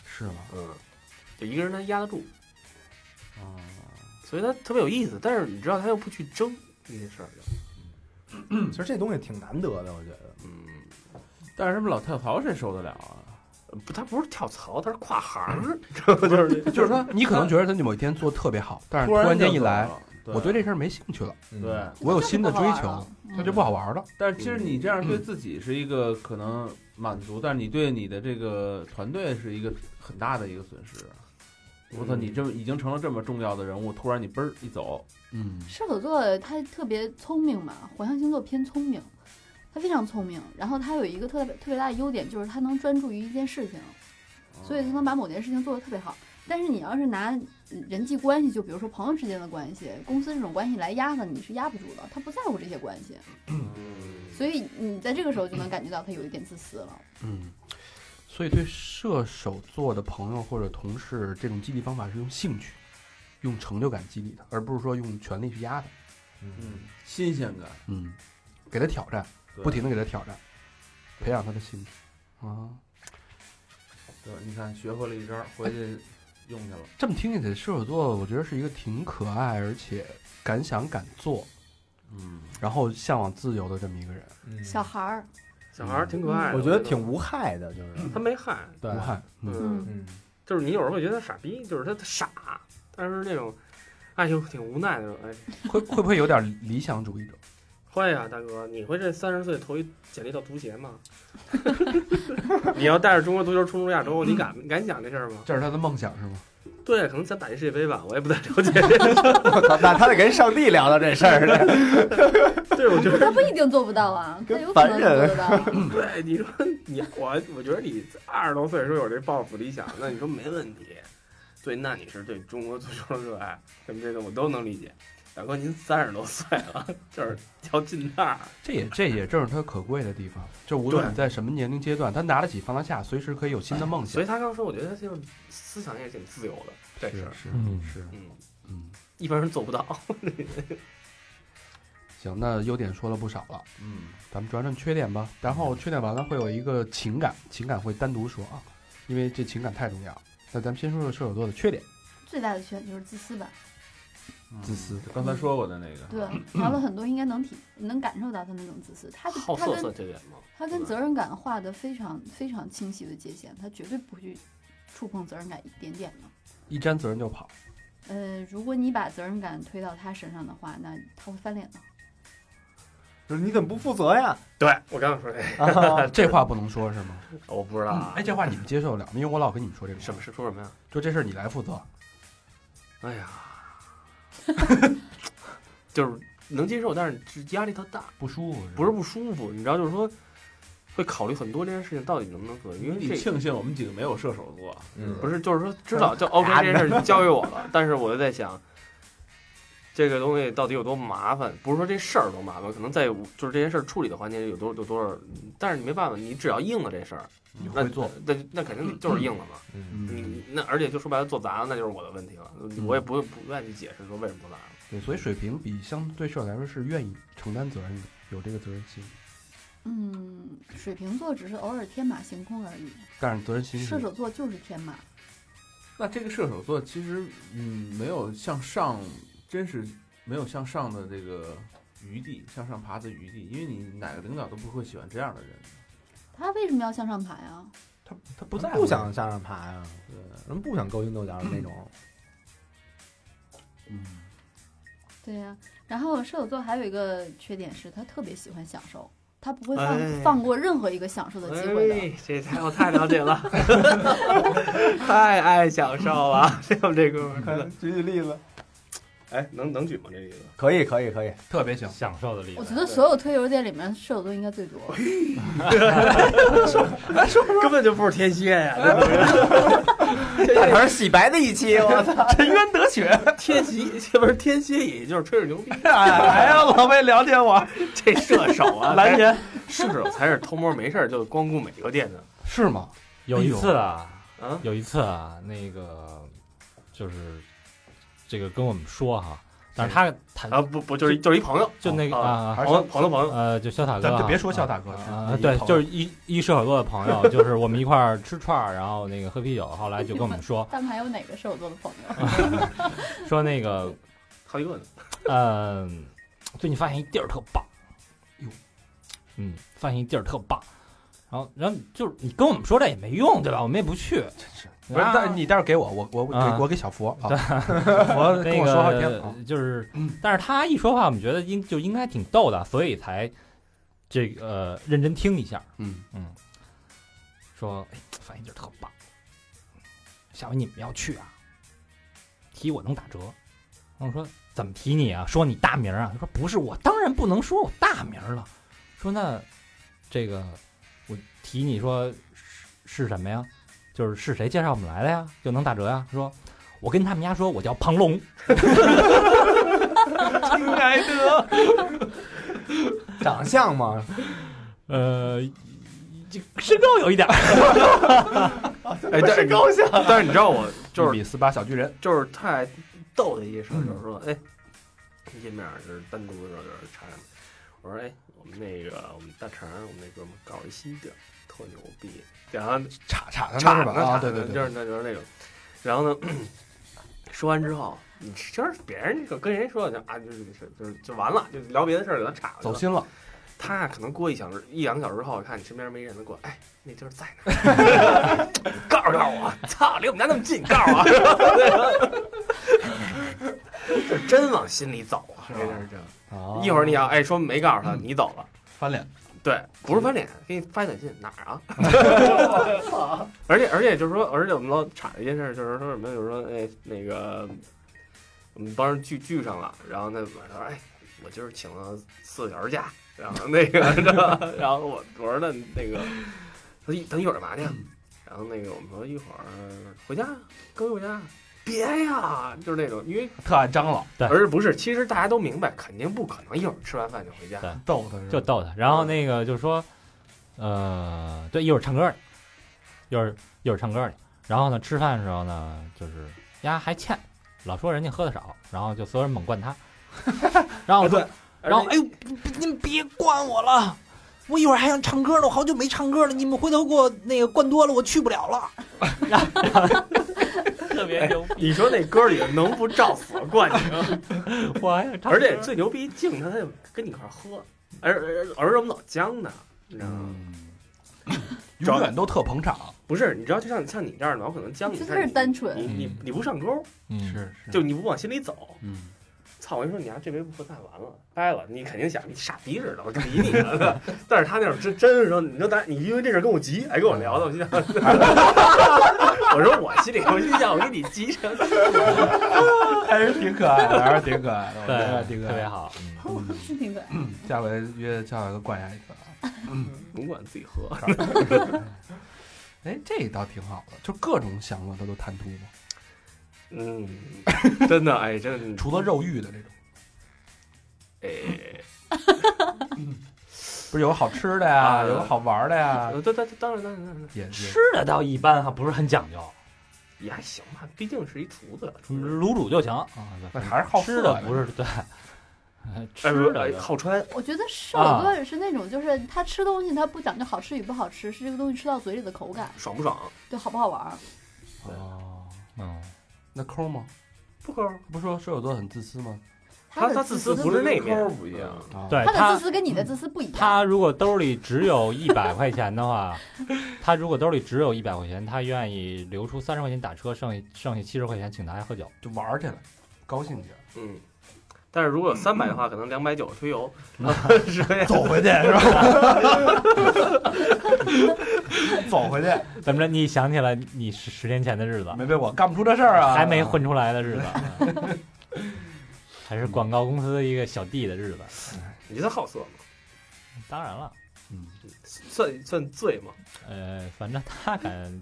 是吗？嗯，就一个人他压得住，啊，所以他特别有意思。但是你知道他又不去争，这些事儿就，其实这东西挺难得的，我觉得。嗯，但是他们老跳槽，谁受得了啊？呃不，他不是跳槽，他是跨行儿，知道吗？就是就是说，你可能觉得他某一天做得特别好，但是突然间一来，，我对这事儿没兴趣了，嗯对，我有新的追求那那就不好玩了。但是其实你这样对自己是一个可能满足，但是你对你的这个团队是一个很大的一个损失。我操，你这么已经成了这么重要的人物，突然你嘣儿一走，嗯，射手座他特别聪明嘛，火象星座偏聪明，他非常聪明。然后他有一个特别特别大的优点，就是他能专注于一件事情，所以他能把某件事情做得特别好。但是你要是拿人际关系，就比如说朋友之间的关系、公司这种关系来压他，你是压不住的。他不在乎这些关系，嗯所以你在这个时候就能感觉到他有一点自私了。嗯，所以对射手座的朋友或者同事，这种激励方法是用兴趣、用成就感激励的，而不是说用权力去压他。嗯，新鲜感，嗯，给他挑战，对不停的给他挑战，培养他的兴趣。啊，对，你看学会了一招，回去用去了。这么听起来，射手座我觉得是一个挺可爱，而且敢想敢做，嗯，然后向往自由的这么一个人。嗯小孩儿，小孩儿挺可爱的，我觉得挺无害的，就是他没害，对武，汉，嗯，嗯，嗯， [laughs] 就是你有时候会觉得他傻逼，就是他傻，但是那种，哎呦，挺无奈的那种，哎，会会不会有点理想主义者？会啊，大哥，你会这三十岁投一简历到足协 [laughs] 吗？ [laughs] 你要带着中国足球冲出亚洲，嗯你敢敢想这事儿吗？这是他的梦想是吗？对，可能想打进世界杯吧，我也不太 [laughs] 了解。我操，那他得跟上帝聊聊这事儿了。对，我觉得他不一定做不到啊，他跟有可能凡人做得到。对，哎你说你我，我觉得你二十多岁的时候有这抱负理想，那你说没问题。对，那你是对中国足球的热爱，什么这个我都能理解。大哥，您三十多岁了， [laughs] 就是要进那儿，这也这也正是他可贵的地方，就无论你在什么年龄阶段，他拿得起放得下，随时可以有新的梦所想以。他刚说，我觉得他就是思想也挺自由的，这是事儿，是嗯是，嗯，嗯，一般人做不到。行，那优点说了不少了，嗯，咱们转转缺点吧。然后缺点完了会有一个情感，情感会单独说啊，因为这情感太重要。那咱们先说说射手座的缺点，最大的缺点就是自私吧，嗯自私。刚才说过的那个，对，聊了很多，应该能体能感受到他那种自私。他好哦他色跟算缺点吗？他跟责任感画的非常非常清晰的界限，他绝对不会去触碰责任感一点点的。一沾责任就跑，呃，如果你把责任感推到他身上的话，那他会翻脸的。就是你怎么不负责 [laughs] 呀？对我刚刚说哎 [laughs] 这，啊这话不能说是吗？我不知道啊哎，。这话你们接受得了吗？因为我老跟你们说这个，什么？是说什么呀？就这事儿你来负责。哎呀，就是能接受，但是压力特大。不舒服，不是不舒服，你知道，就是说会考虑很多这件事情到底能不能做，因为你这庆幸我们几个没有射手座，嗯不是就是说知道就 OK 这件事儿交给我了，但是我就在想，这个东西到底有多麻烦？不是说这事儿多麻烦，可能在就是这件事儿处理的环节有多有多少，但是你没办法，你只要应了这事儿，你那会做，那那肯定就是应了嘛。嗯你，那而且就说白了做砸了，那就是我的问题了，嗯我也不不愿意去解释说为什么做砸了。对，所以水瓶比相对射手来说是愿意承担责任的，有这个责任心，嗯，水瓶座只是偶尔天马行空而已，但是责任心是射手座就是天马。那这个射手座其实嗯没有向上，真是没有向上的这个余地，向上爬的余地，因为你哪个领导都不会喜欢这样的人。他为什么要向上爬呀？他他不在乎不想向上爬呀，对，人不想勾心斗角的那种。对呀、然后射手座还有一个缺点是他特别喜欢享受，他不会放、哎放过任何一个享受的机会的。哎、这太我太了解 [laughs] 了，太爱享 [laughs] 受了，这我们这哥们儿。嗯举举例子，哎，能能举吗？这例子？可以，可以，可以。特别想，享受的例我觉子。得所有推油店里面射手座应该最多。根本就不是天蝎呀、这可是洗白的一期，我操！沉冤得雪。天蝎不是天蝎，也就是吹吹 [laughs] 牛逼。哎呀，老魏了解我， [laughs] 这射手 [laughs] 啊，蓝人射手才是偷摸没事儿就光顾美国店的。是吗？有一次啊，啊有一次啊，那个就是这个跟我们说哈，但是他他啊，不不，就是就是一朋友，就那个啊啊，朋友朋友朋友，呃，就肖塔哥啊，咱们就别说肖啊大哥啊了，，对，就是是一一射手座的朋友，就是我们一块儿吃串儿，然后那个喝啤酒，后来就跟我们说但还有哪个射手座的朋友？说那个 [laughs] 好几个呢。嗯，最近发现一地儿特棒，哟，嗯，发现一地儿特棒，然后然后就是你跟我们说这也没用，对吧？我们也不去，不是，啊但你待会儿给我，我我我啊给我给小 [laughs] 佛啊，小佛跟那我个说好几天啊，就是，但是他一说话，我们觉得应就应该挺逗的，所以才这个、呃、认真听一下。嗯嗯，说哎，反应劲儿特棒，下回你们要去啊，提我能打折。我说怎么提你啊？说你大名儿啊？他说不是，我当然不能说我大名儿了。说那这个我提你说是是什么呀？就是是谁介绍我们来的呀？就能打折呀？他说我跟他们家说我叫庞龙，听来得，长相嘛， [laughs] 呃，这身高有一点儿，哎，但是高兴。但是你知道我就就是比四八小巨人，就是太逗的一事儿，就是说，哎，见面儿就是单独的时候就是查查，我说，哎，我们那个我们大肠，我们那哥们儿搞一新地儿，特牛逼，然后叉叉的差是吧？啊，对对就对，是那就是那个。然后呢，说完之后，你其实别人就跟人说就啊，就是就是就是就完了，就聊别的事儿，给他岔了。走心了，他可能过一小时一两个小时后，看你身边没人了，过来，哎，那地儿在哪儿？ [laughs] 告诉告诉我，操，离我们家那么近，告诉我。 [laughs] 这真往心里走啊，这是这。啊一会儿你要哎说没告诉他，你走了。哦翻脸，对，不是翻脸，给你发一短信哪儿啊？而且而且就是说，而且我们老插一件事儿，就是说什么，就是说哎那个我们帮人聚聚上了，然后那晚上哎我今儿请了四个小时假，然后那个 [laughs] 然后我我说那那个他一等一会儿干嘛去啊？嗯然后那个我们说一会儿回家，跟我回家。别呀，就是那种，因为特爱张老，对而是不是，其实大家都明白，肯定不可能一会儿吃完饭就回家对。逗他是吧就逗他。然后那个就说，呃，对，一会儿唱歌去，一会儿一会儿唱歌去。然后呢，吃饭的时候呢，就是呀还欠，老说人家喝的少，然后就所有人猛灌 [laughs] 他。然后我说，然后哎呦，你们别灌我了。我一会儿还想唱歌呢，我好久没唱歌了。你们回头给我那个灌多了，我去不了了。然后，然后特别牛逼，你说那歌里能不照死灌你吗？我 [laughs] 还想唱歌。而且最牛逼，敬他他就跟你一块儿喝，而而而我们老僵呢，你知道吗？嗯嗯永远都特捧场，不是，你知道，就像像你这样的，我可能僵你，就但是单纯你你嗯你不上钩，嗯，是是，就你不往心里走。嗯，操！我跟你说，你丫这杯不喝菜完了，掰了，你肯定想你傻逼似的，我理你呢。但是他那种真真是说，你说咱你因为这事儿跟我急，还跟我聊的，我心想，我说我心里我心想，我跟你急什么？还是挺可爱的，还是挺可爱的，我觉得对，挺可特爱别的。好。嗯是挺可爱。下回约下回灌下一个啊。甭管自己喝，哎，这倒挺好的，就各种享乐他都贪图嘛，嗯，真的，哎，真的，除了肉欲的这种，哎。不是有好吃的呀，啊有好玩的呀，呃，当当当然当然当然，也也吃的倒一般哈，不是很讲究，也还行吧，毕竟是一厨子。厨师卤煮就行啊。那还是好吃色的呃呀不是对，哎不吃是的哎就好穿，我觉得射手座是那种，就是他吃东西他不讲究好吃与不好吃，是这个东西吃到嘴里的口感，爽不爽？对好不好玩儿。哦，嗯，那抠吗？不抠。不是说射手座很自私吗？他的他自自私不是那面抠不一样，啊，对他的他自私跟你的自私不一样。他如果兜里只有一百块钱的话， [laughs] 他如果兜里只有一百块钱，他愿意留出三十块钱打车，剩下剩下七十块钱请大家喝酒。就玩儿去了，高兴去了，嗯。但是如果有三百的话，可能两百九推油， [laughs] 是这样走回去是吧？走回去，怎么着？你想起来你十十年前的日子，没被我干不出这事儿啊，还没混出来的日子， [laughs] 还是广告公司的一个小弟的日子。你觉得好色吗？当然了，算算醉吗？呃，反正他敢。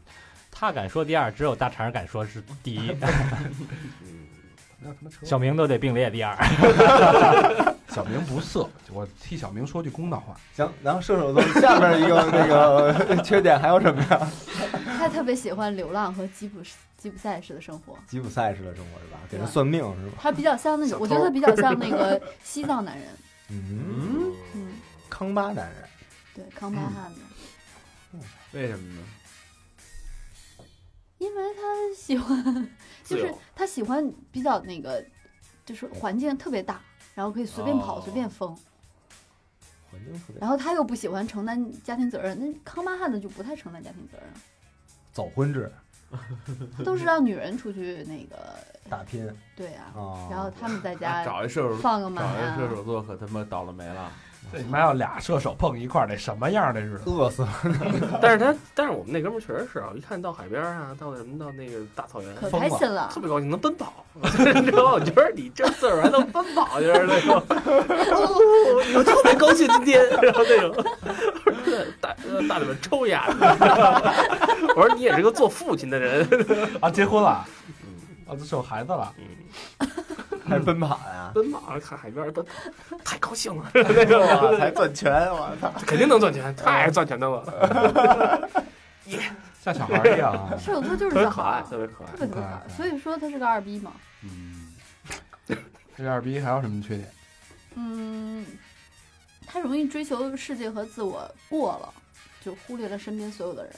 他敢说第二，只有大肠敢说是第 [laughs] 一，嗯，没有他妈车。小明都得并列第二。小明不色，我替小明说句公道话，行，然后射手座下边一个那个 [laughs] 缺点还有什么呀？他特别喜欢流浪和吉普吉普赛式的生活。吉普赛式的生活是吧？给人算命是吧？他比较像那小种，偷我觉得他比较像那个西藏男人，嗯，嗯，康巴男人，对，康巴汉的，为什么呢？因为他喜欢，自就是由。他喜欢比较那个，就是环境特别大，然后可以随便跑、哦随便疯。环境特别然后他又不喜欢承担家庭责任，那康巴汉的就不太承担家庭责任，走婚制都是让女人出去那个，打拼对啊，啊，然后他们在家找一射手，放个马找一射哎呀，手座可他妈倒了霉了。这他妈要俩射手碰一块儿，得什么样儿？这是 [laughs] 饿死了，但是他，但是我们那哥们儿确实是啊，一看到海边儿啊，到什么到那个大草原，可疯开了心了特。别高兴，能奔跑， [laughs] 你知道吗？我觉得你这岁数还能奔跑，就是那种， [laughs] 哦我特别高兴今天，然后那种，大大里面抽烟，我说你也是个做父亲的人，啊，结婚了，啊，这是有孩子了，嗯，还奔跑 [laughs] 呀，奔跑看海边儿奔跑，太高兴了，那种还赚钱，我操！肯定能赚钱，太赚钱的了，像小哎孩儿一样啊。射手座特就是别这可爱，好，特别可爱特。别特别可可爱爱，所以说他是个二逼嘛。嗯 [laughs] 这二逼还有什么缺点？嗯，他容易追求世界和自我过了，就忽略了身边所有的人。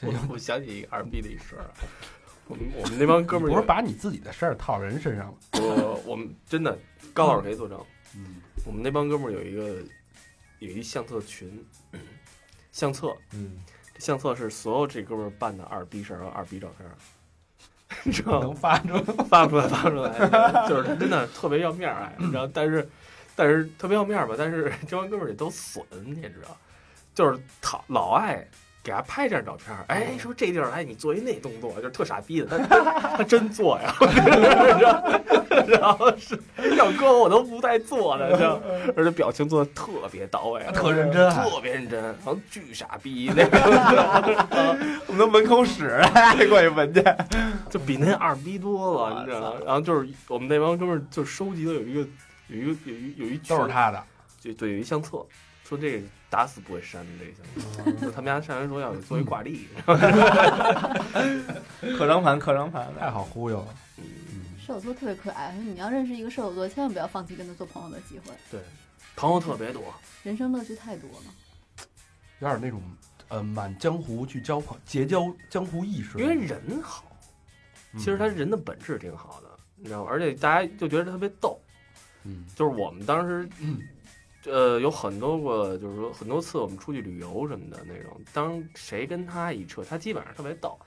这嗯我就我想起一个二逼的一事儿，我们我们那帮哥们儿不有是把你自己的事儿套人身上了？我我们真的高老师可以作证，嗯，我们那帮哥们儿有一个有一相册群，相册嗯，这相册是所有这哥们儿办的二逼事儿和二逼照片儿， [laughs] 你知嗯道吗？能发出 [laughs] 发不出来，发不出来，就是他真的特别要面儿，哎，然后但是但是特别要面儿吧，但是这帮哥们儿也都损，你也知道，就是讨老爱给他拍张照片儿，哎，说这地儿，哎，你做一那动作，就是特傻逼的，他他他真做呀， [laughs] 然后是要搁我我都不带做的，就而且表情做的特别到位，特认真啊，特别认真，然后巨傻逼那 [laughs] 个，我们都闻口屎， [laughs] 过去闻去。就比那二逼多了，你知道吗？然后就是我们那帮哥们儿就收集了有一个有一个有一有一群都是，他的。就对有一相册，说这个打死不会删的这个相嗯册，就 [laughs] 他们家上人说要给做一挂历，刻张盘，刻张盘太好忽悠了，嗯嗯射手座特别可爱，你要认识一个射手座，千万不要放弃跟他做朋友的机会，朋友特别多，人生乐趣太多了。有点那种呃满江湖去交朋结交江湖嗯义士。因为人好，其实他人的本质挺好的，你知道吗？而且大家就觉得特别逗，嗯，就是我们当时，呃，有很多个，就是说很多次我们出去旅游什么的那种，当谁跟他一车，他基本上特别逗，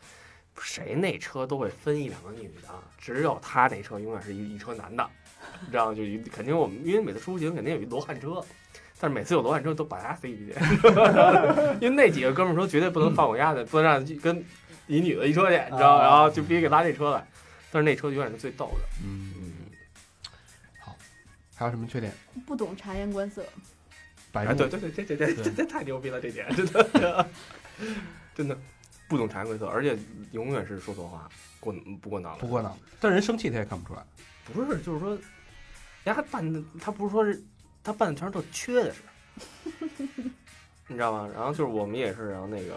谁那车都会分一两个女的，啊只有他那车永远是一一车男的，你知道吗？就一肯定我们因为每次出行肯定有一罗汉车。但是每次有罗汉车都把他塞进去， [laughs] 因为那几个哥们儿说绝对不能放我丫的，不能让跟一女的一车去，你知道吗？啊然后就必须给拉这车来。但是那车永远是最逗的。嗯，嗯，还有什么缺点？不懂察言观色，白哎，目对对对，这这这这这太牛逼了，这点真的 [laughs] 真的不懂察言观色，而且永远是说错话，过不过脑子。不过呢，但人生气他也看不出来。不是，就是说，人家办的，他不是说是他办的全是特缺的事，你知道吗？然后就是我们也是，然后那个，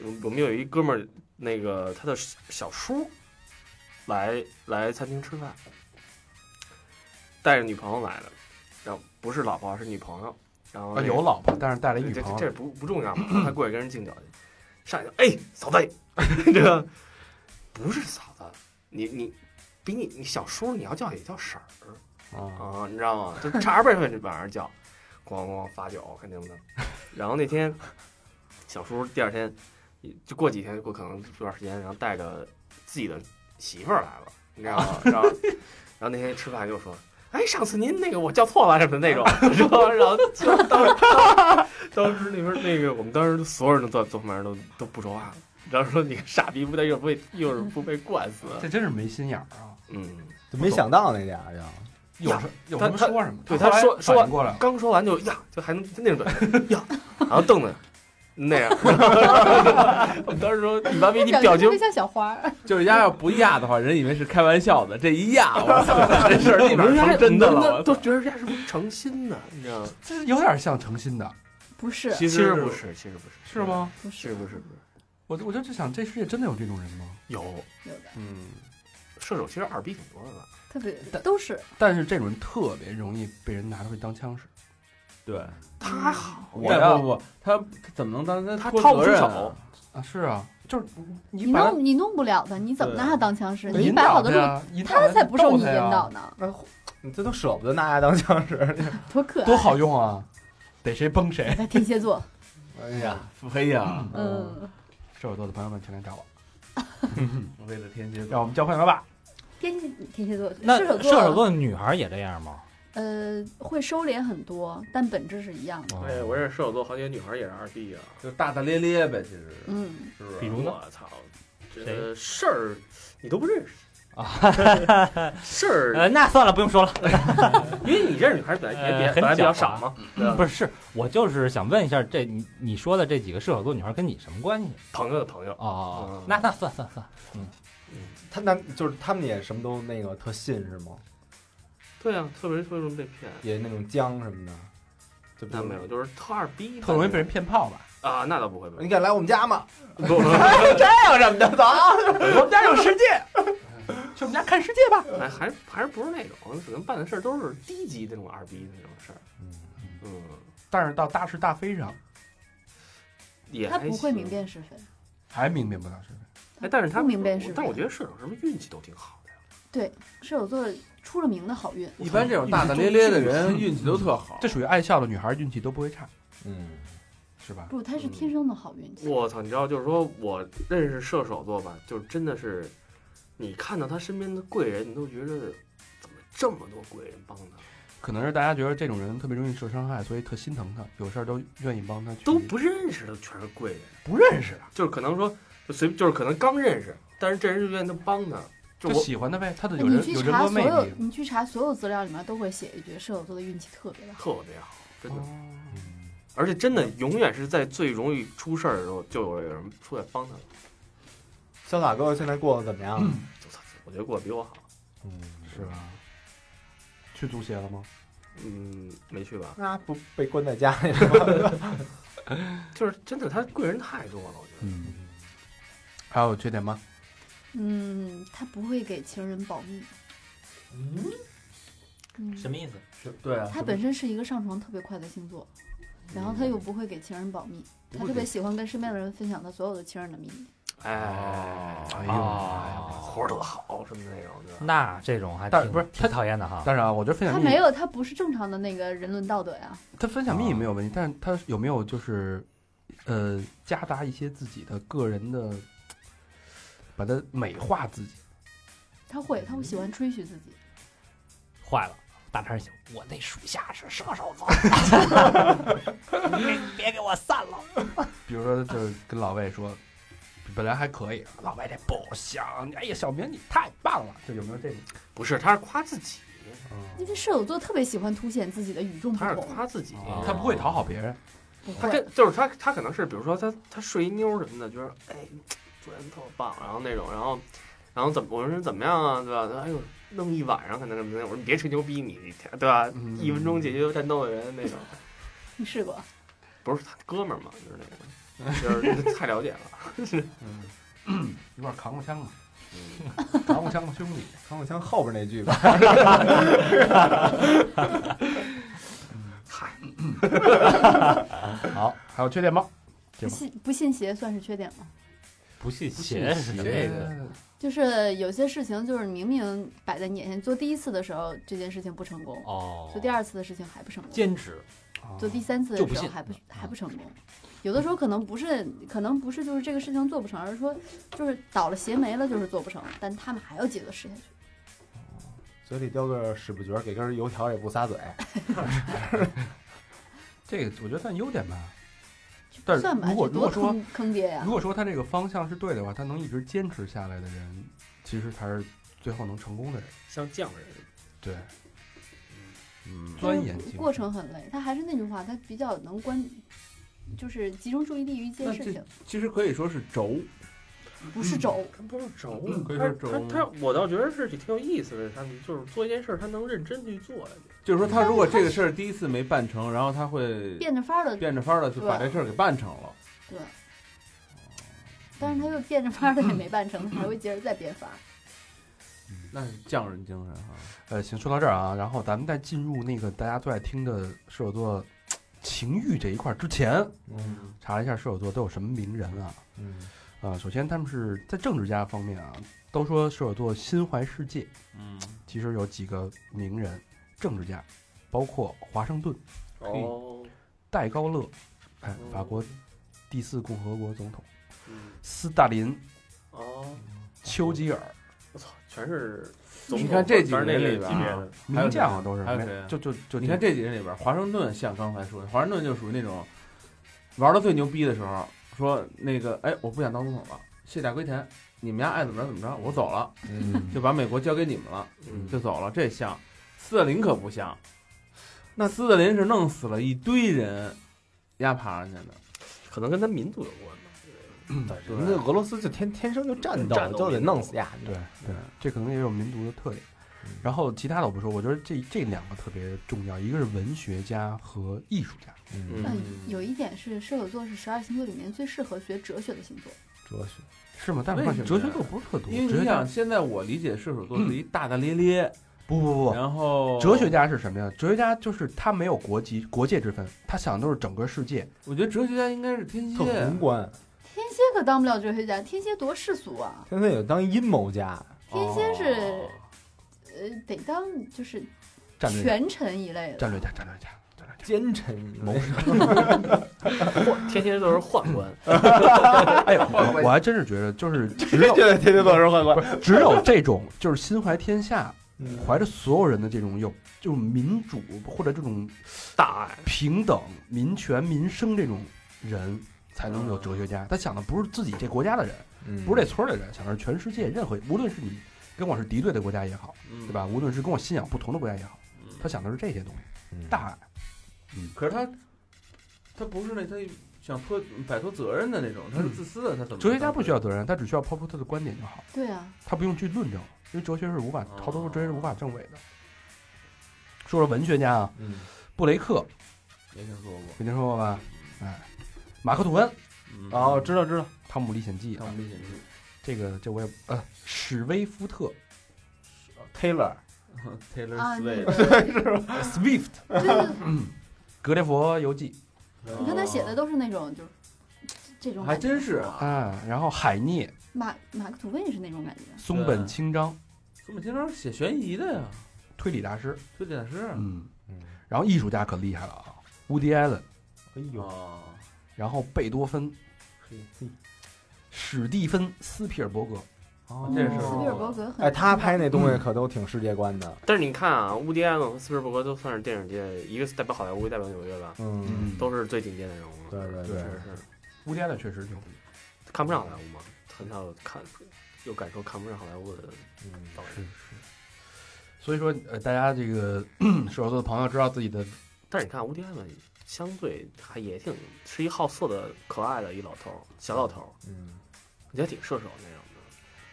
嗯我们有一哥们儿，那个他的小叔来来餐厅吃饭，带着女朋友来的，然后不是老婆是女朋友，然后啊那个有老婆，但是带了一女这朋这友这，不不重要嘛，他过去跟人敬酒去，上去就哎嫂子， [laughs] 这个不是嫂子，你你比你你小叔你要叫也叫婶儿啊！啊，你知道吗？就差点被晚上叫，咣咣罚酒肯定的。然后那天小叔第二天就过几天过可能这段时间，然后带着自己的媳妇儿来了，你知道吗？然后然后那天吃饭又说。哎，上次您那个我叫错了什么的那种，然后然后就当当时那边那个我们当时所有人都坐坐旁边都都不说话了，然后说你个傻逼不但又被又是不被灌死，这真是没心眼儿啊！嗯，就没想到那俩人，有什有他什么说什么。对后他来说说反应过来了，刚说完就呀，就还能那种感觉呀，然后瞪着那 [laughs] 样，我们当时说你妈逼你他表特情别像小花儿， [laughs] 就是丫要不压的话，人以为是开玩笑的，这一压，我操，这事儿立马成真的了。都觉得人家是不是诚心的，你知道吗？这有点像诚心的，不是，其实不是，其实不是，是？吗？不其实是不是，不是我我就就想，这世界真的有这种人吗？有有的，嗯，射手其实二逼挺多的吧？特别但都是但是这种人特别容易被人拿出去当枪使，对，他好，我但要不不不，他怎么能当他他脱掏不责出任手啊？，啊，是啊，就是你你把他弄你弄不了他，你怎么拿他当枪使？你引摆好导的他路，呀，引导他才不受逗你引呀导呢，你嗯这都舍不得拿它当枪使， [laughs] [laughs] 多可爱！多好用啊， [laughs] 逮谁崩谁。天蝎座，哎呀，腹黑呀，嗯，射手座的朋友们前来找我， [laughs] 为了天蝎座，让我们交朋友吧。天蝎天蝎座，那射手射手座的女孩也这样吗？呃会收敛很多，但本质是一样的。哎，哦我认识射手座好几个女孩也是二逼啊，就大大咧咧呗，其实嗯，是不是？比如呢我操，这事儿你都不认识啊，事儿，呃，那算了，不用说了。因为你认识女孩本来也呃比很本来比较小啊少嘛，对吧不是，是我就是想问一下，这你你说的这几个射手座女孩跟你什么关系？朋友的朋友，哦哦，哦嗯那那算算算，他那就是他们也什么都那个特信是吗？对啊，特别为什么被骗？也那种僵什么的，就那没有，就是特二逼，特容易被人骗炮吧？啊，那倒不会，不你会，敢来我们家吗？不不哎不，要什么的，走啊，我们家有世界，去我们家看世界吧。哎还是还是不是那种，可能办的事儿都是低级那种二逼的那种事儿，嗯，但是到大是大非上也他还不会行明，辨是非，还明辨不到是非。哎，但是他不明辨是非。但我觉得射手是不是运气都挺好的呀？射手座出了名的好运，一般这种大大咧咧的嗯人运气都特好这，属于爱笑的女孩，运气都不会差，嗯，是吧？不，他是天生的好运气。嗯我操，你知道，就是说我认识射手座吧，就是真的是，你看到他身边的贵人，你都觉得怎么这么多贵人帮他，可能是大家觉得这种人特别容易受伤害，所以特心疼他，有事儿都愿意帮他去。都不认识的全是贵人，不认识啊，就是可能说就随就是可能刚认识，但是这人就愿意帮他，就就我喜欢他呗。他的有哎你人去有人查格所魅有力，。你去查所有资料里面都会写一句，射手座的运气特别的好。特别好，真的，哦而且真的永远是在最容易出事儿的时候，就有人出来帮他了。潇洒哥现在过得怎么样？我操，我觉得过得比我好，嗯，是吧？去足协了吗？嗯，没去吧？那不被关在家里了？就是真的，他贵人太多了，我觉得。嗯，还有缺点吗？嗯，他不会给情人保密。嗯，什么意思？对啊，他本身是一个上床特别快的星座，然后他又不会给情人保密，他特别喜欢跟身边的人分享他所有的情人的秘密。哎，哎哦，活儿特好什么的那种，对吧？那这种还但挺不是挺讨厌的哈。但是啊，我觉得分享他秘密没有，他不是正常的那个人伦道德呀。他分享秘密没有问题，但是他有没有就是，呃，夹杂一些自己的个人的，把它美化自己？他会，他会喜欢吹嘘自己。坏了，大肠想，我那属下是射 [laughs] 手座，别别给我散了。比如说，就是跟老魏说，本来还可以，老魏这不行，哎呀，小明你太棒了，就有没有这种？不是，他是夸自己，因为射手座特别喜欢凸显自己的与众不他是同，夸自己，哦他不会讨好别人，不他会。跟就是他，他可能是比如说他他睡一妞什么的，觉得哎，昨天特棒，然后那种，然后然后怎么我说怎么样啊，对吧？他说哎呦，弄一晚上可能什么的，我说你别吹牛逼，你对吧？嗯一分钟解决战斗的人那种，你试过？不是他哥们儿嘛，就是那种，就是 [laughs] 太了解了。 [laughs] 一块儿扛过枪 [laughs] 嘛，嗯扛过枪的兄弟。唐口枪后边那句 [laughs] 吧，好，还有缺点吗？对不吧信不信邪算是缺点吗？不信邪是什么意哎这思？个就是有些事情，就是明明摆在你眼前，做第一次的时候这件事情不成功，哦，做第二次的事情还不成功，坚持，做第三次就的不时候信还不嗯还不成功。有的时候可能不是，可能不是就是这个事情做不成，而是说就是倒了邪没了，就是做不成，但他们还要接着试下去。啊嘴里叼个屎不绝，给根油条也不撒嘴，这个我觉得算优点吧。这但是不算吧，如果这多如果啊说坑坑爹呀、如果说他这个方向是对的话，他能一直坚持下来的人，其实才是最后能成功的人。像匠人，对，嗯，钻研就是精过程很累。他还是那句话，他比较能关，就是集中注意力于一件那事这嗯情，其实可以说是轴，不嗯是轴。他不是轴嗯可以他说轴他他，我倒觉得是挺有意思的，他就是做一件事儿，他能认真去做下去。就是说他如果这个事儿第一次没办成，然后他会变着法儿的变着法儿的就把对这事儿给办成了。对，但是他又变着法儿嗯的也没办成，他还会接着再变法儿。那是匠人精神哈、啊呃，行，说到这儿啊，然后咱们再进入那个大家最爱听的射手座，情欲这一块儿之前，嗯查了一下射手座都有什么名人啊？嗯啊、首先他们是在政治家方面啊，都说射手座心怀世界，嗯，其实有几个名人政治家，包括华盛顿、哦，戴高乐，哎，法国第四共和国总统，斯大林、嗯哦，丘吉尔，我操，全是总统你看这几个反正那人个里边级别啊的，还有名将啊都是，还有没谁啊就就就你看这几人里边，华盛顿像刚才说的，华盛顿就属于那种玩到最牛逼的时候，说那个哎，我不想当总统了，卸甲归田，你们家爱怎么着怎么着，我走了，嗯，就把美国交给你们了，嗯就走了。这像斯大林可不像，那斯大林是弄死了一堆人，压爬上去的。可能跟他民族有关吧。对嗯那俄罗斯就天天生就战斗战，斗就得弄死呀。对嗯对，这可能也有民族的特点。然后其他的我不说，我觉得这这两个特别重要，一个是文学家和艺术家，嗯，哎嗯，有一点是射手座是十二星座里面最适合学哲学的星座。哲学，是吗？但为是什么哲学呀课不是特多，因为哲你学家想，现在我理解射手座是嗯一大大咧咧，不不不，然后哲学，家是什么呀？哲学家就是他没有国籍国界之分，他想的都是整个世界。我觉得哲学家应该是天特蝎宏，观。天蝎可当不了哲学家，天蝎多世俗啊！天天有当阴谋家，天蝎是哦呃，得当就是战略家，权臣一类的战。略家，战略家，战略家。奸臣谋士。嚯天天都是宦 [laughs] 官，哎呦，我我还真是觉得，就是只有对，天天都是宦官。只有这种，就是心怀天下，嗯怀着所有人的这种有这种民主或者这种大爱。平等、民权、民生这种人，才能有哲学家。他想的不是自己这国家的人，嗯不是这村儿的人，想的是全世界任何，无论是你跟我是敌对的国家也好，对对？吧？无论是跟我信仰不同的国家也好，嗯他想的是这些东西，这大爱。可是他，他不是那他想脱摆脱责任的那种，他是自私的，他怎么？哲学家不需要责任，他只需要抛出他的观点就好，对啊，他不用去论证，因为哲学是无法哦逃脱哲学是无法证伪的。说说文学家啊，嗯布雷克没听说过。没听说过吧？哎，马克吐温《嗯哦，知道知道，汤姆历险记》当啊，历险记这个这我也呃，史威夫特 Taylor， ，Taylor 啊，那 Swift， [laughs] 个 （Swift） 就 [clears throat] 是格列佛游记啊你看他写的都是那种就是这种感觉，还真是啊。啊，然后海涅、马马克吐温也是那种感觉。松本清张怎么经常写悬疑的呀？推理大师，推理大师啊嗯，嗯，然后艺术家可厉害了啊，乌迪艾伦，哎呦，哦，然后贝多芬、嘿嘿，史蒂芬斯皮尔伯格，哦这是斯皮尔伯格很哎，他拍那东西可都挺世界观的，但是你看啊，乌迪埃伦和斯皮尔伯格都算是电影界，一个是代表好莱坞，一个代表纽约吧，嗯，都是最顶尖的人物。对对对确实是乌迪艾伦确实牛逼。看不上好莱坞嘛，很少看有感受看不上好莱坞的嗯导是演。是。所以说，呃，大家这个 [clears throat] 射手座的朋友知道自己的，但是你看乌迪埃伦，相对还也挺是一好色的、可爱的一老头儿，小老头儿，嗯，我觉得挺射手那种的。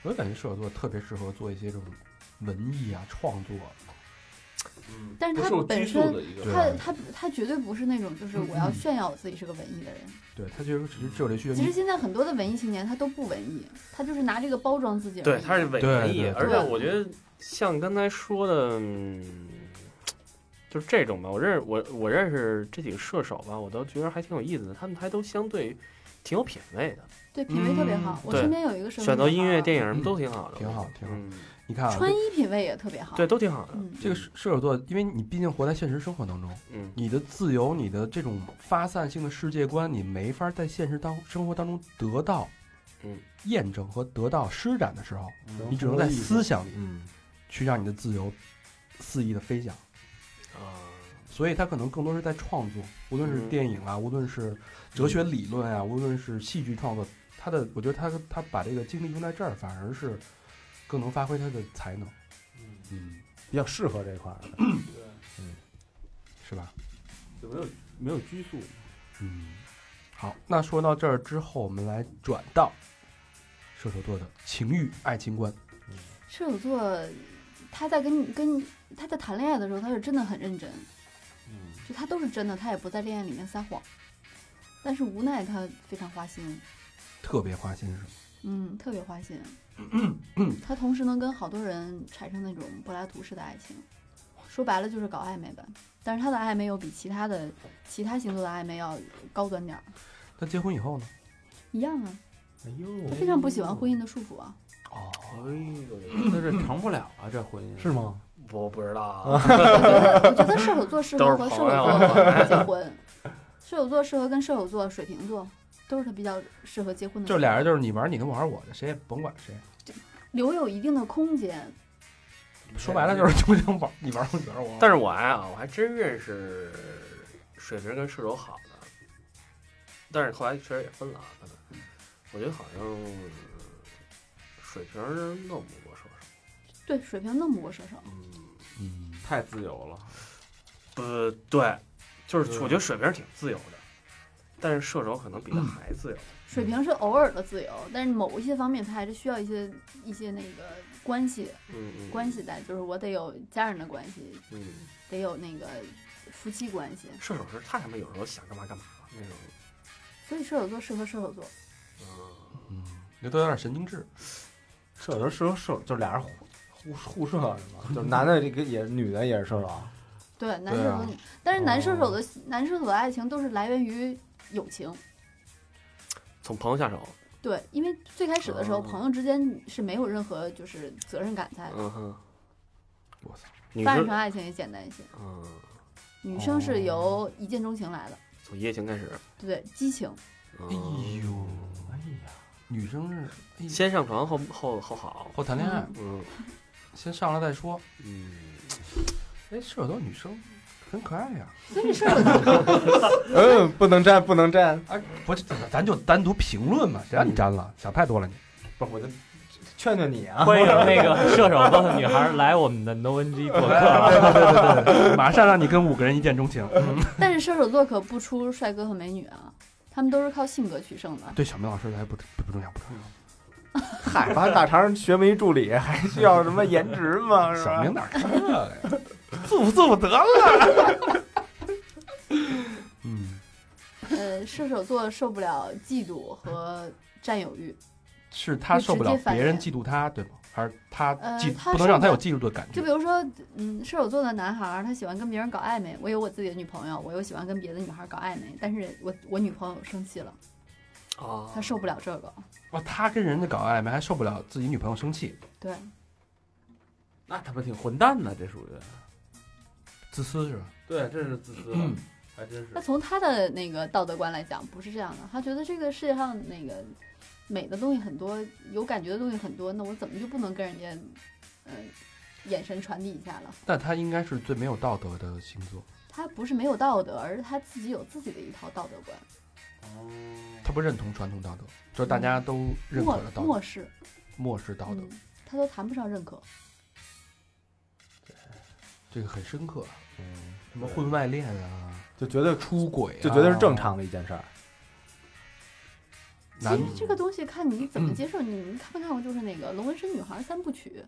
我就感觉射手座特别适合做一些这种文艺啊、创作。嗯但是不他受本拘身束的一个对他他他绝对不是那种就是我要嗯炫耀我自己是个文艺的人。对他就是只是有这嗯需要其实你，现在很多的文艺青年他都不文艺，他就是拿这个包装自己而已。对，他是伪对文艺，对对而且我觉得像刚才说的，嗯就是这种吧。我认识我我认识这几个射手吧，我都觉得还挺有意思的，他们还都相对挺有品位的。对品味特别好。嗯我对身边有一个射手选择女音孩乐、儿电影什么都挺好的，挺好挺好嗯你看啊，啊穿衣品味也特别好。对，，都挺好的。嗯，这个射射手座，因为你毕竟活在现实生活当中，嗯，你的自由、你的这种发散性的世界观，你没法在现实当生活当中得到，嗯，验证和得到施展的时候，嗯你只能在思想里嗯，去让你的自由肆意的飞翔。啊，所以他可能更多是在创作，无论是嗯电影啊，无论是哲学理论啊，无论是戏剧创作，他的我觉得他他把这个精力用在这儿，反而是更能发挥他的才能，嗯，比较适合这块儿的，是吧？就没有没有拘束。嗯，好，那说到这儿之后，我们来转到射手座的情欲爱情观，射手座他在跟跟他在谈恋爱的时候，他是真的很认真，嗯，就他都是真的，他也不在恋爱里面撒谎。但是无奈他非常花心，特别花心是吗？嗯，特别花心。他同时能跟好多人产生那种柏拉图式的爱情，说白了就是搞暧昧呗。但是他的暧昧又比其他的其他星座的暧昧要高端点儿，那结婚以后呢？一样啊。哎他呦，非常不喜欢婚姻的束缚啊。哎那是成不了啊，这婚姻是？吗？我不知道啊，我觉得射手座适合和射手座结婚，射手座适合跟射手座、水瓶座都是他比较适合结婚的。就是俩人就是你玩你的，我玩我的，谁也甭管谁。留有一定的空间，说白了就是互相玩，你玩我，你玩我。但是是我呀，我还真认识水瓶跟射手好的，但是后来确实也分了啊。可能我觉得好像水瓶弄不过射手，对水瓶弄不过射手，嗯，太自由了，呃，对，就是对我觉得水瓶挺自由的，但是射手可能比嗯他还自由。水瓶是偶尔的自由，但是某一些方面他还是需要一些一些那个关系嗯，嗯关，系在，就是我得有家人的关系，嗯，得有那个夫妻关系，射手是太他妈有时候想干嘛干嘛了那种，所以射手座适合射手座。嗯，你都有点神经质，射手射手射，就俩人互互互射是吗？就是男的这个也，女的也是射手啊。对，男射手座，但是男射手的、哦男射手的爱情都是来源于友情。从朋友下手，对，因为最开始的时候，哦朋友之间是没有任何就是责任感在的，嗯哼，我操，女发展生成，爱情也简单一些。嗯，女生是由一见钟情来的，从一夜情开始，对不对？激情，嗯哎呦，哎呀，女生是哎先上床后后后好，后哦谈恋爱，嗯先上来再说。嗯，哎，射手座女生很可爱呀。所以射手座，嗯，不能沾，不能沾。哎，不是，咱就单独评论嘛，谁让你沾了？想太多了你。不是，我就劝劝你啊。欢迎那个射手座的女孩来我们的 No N G 做客啊。 [laughs] 对对对对 [laughs] 对，马上让你跟五个人一见钟情。但是射手座可不出帅哥和美女啊，他们都是靠性格取胜的。对小明老师还不不不重要，不重要。嗨，把大肠学没助理，还需要什么颜 [laughs] 值吗？是小吧？明哪儿看了呀？祝福祝福得了。嗯，呃，射手座受不了嫉妒和占有欲，是他受不了会直接反别应人嫉妒他，对吗？还是他呃嫉他不能让受不他有了嫉妒的感就觉？比如说，嗯，射手座的男孩儿他喜欢跟别人搞暧昧，我有我自己的女朋友，我又喜欢跟别的女孩儿搞暧昧，但是我我女朋友生气了，啊，他受不了这个，哇，他跟人家搞暧昧还受不了自己女朋友生气，对。那他妈挺混蛋的，这属于。自私是吧？对，这是自私了，还真是那。从他的那个道德观来讲，不是这样的。他觉得这个世界上那个美的东西很多，有感觉的东西很多，那我怎么就不能跟人家嗯、眼神传递一下了？那他应该是最没有道德的星座，他不是没有道德，而是他自己有自己的一套道德观，他不认同传统道德，就是大家都认可漠的道德，漠视漠视道德，嗯，他都谈不上认可。这个很深刻啊。嗯什么婚外恋啊，就觉得出轨、啊，就觉得是正。常的一件事儿。其男实这个东西看你怎么接受。你们看没看过就是那个《龙纹身女孩》三部曲，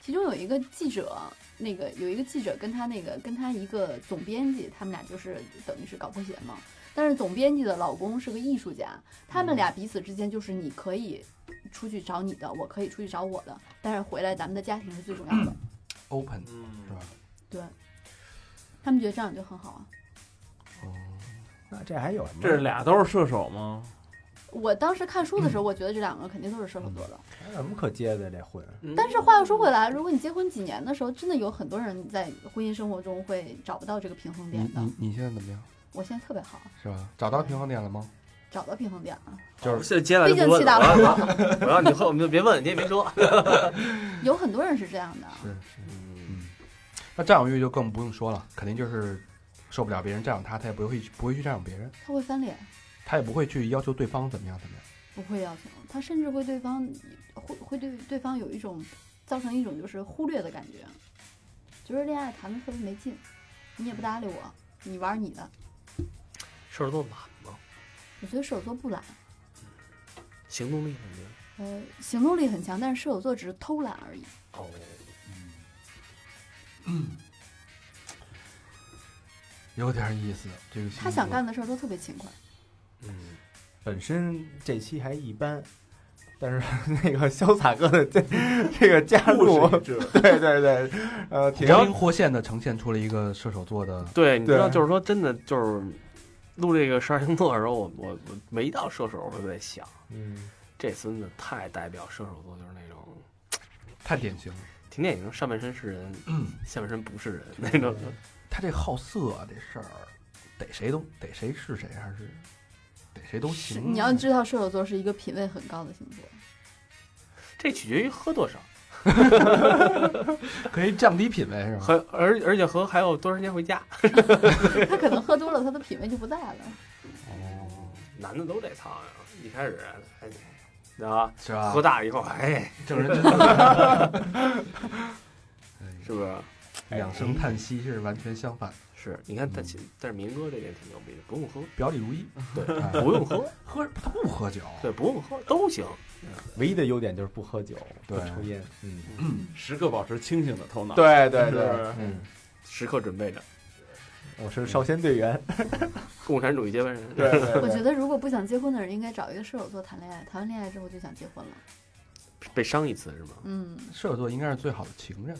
其中有一个记者，那个有一个记者跟他那个跟他一个总编辑，他们俩就是等于是搞破鞋嘛。但是总编辑的老公是个艺术家，他们俩彼此之间就是你可以出去找你的，我可以出去找我的，但是回来咱们的家庭是最重要的。 open 是嗯，吧？对，他们觉得这样就很好啊。哦，那这还有什么？这俩都是射手吗？我当时看书的时候，我觉得这两个肯定都是射手座的。还有什么哎可接的这婚？嗯但是话又说回来，如果你结婚几年的时候，真的有很多人在婚姻生活中会找不到这个平衡你点的你。你现在怎么样？我现在特别好，是吧？找到平衡点了吗？找到平衡点啊了，就是现在接下来毕就竟不问气大了，反了。我让你后你就别问，你也别说，有很多人是这样的，是是，嗯。那占有欲就更不用说了，肯定就是受不了别人占有他，他也不会去不会去占有别人，他会翻脸，他也不会去要求对方怎么样怎么样。不会要求，他甚至会对方会会对对方有一种造成一种就是忽略的感觉，就是恋爱谈的特别没劲，你也不搭理我，你玩你的。射手座懒吗？我觉得射手座不懒，行动力很强。呃，行动力很强，但是射手座只是偷懒而已。哦，有点意思，这个星座他想干的事儿都特别勤快。嗯，本身这期还一般，但是那个潇洒哥的 [laughs] 这这个加入，对对对，呃，挺活灵活现的呈现出了一个射手座的，对，你知道，对就是说真的，就是录这个十二星座的时候，我我我没到射手，我就在想，嗯，这孙子太代表射手座，就是那种太典型了。挺典型，上半身是人，下半身不是人那嗯种。他这好色啊，这事儿，逮谁都逮谁是谁，还是逮谁都是行。你要知道，射手座是一个品味很高的星座。这取决于喝多少，可以降低品位是吧？和而而且和还有多长时间回家，他可能喝多了，他的品味就不在了。男的都这苍蝇，一开始，哎，啊，是吧喝？大以后，哎，整人真 [laughs] 是不是？两声叹息是完全相反，是，你看，但其但是民哥这点挺牛逼的，不用喝，表里如 [laughs] 一。对，不用喝，喝他不喝酒，对，不用喝都行，唯一的优点就是不喝酒，不对抽烟，嗯，时刻保持清醒的头脑。，对对是对，嗯，时刻准备着，我是少先队员，共产主义接班人。对，对我对觉得如果不想结婚的人，应该找一个射手座谈恋爱，谈完恋爱之后就想结婚了。被伤一次是吗？嗯，射手座应该是最好的情人。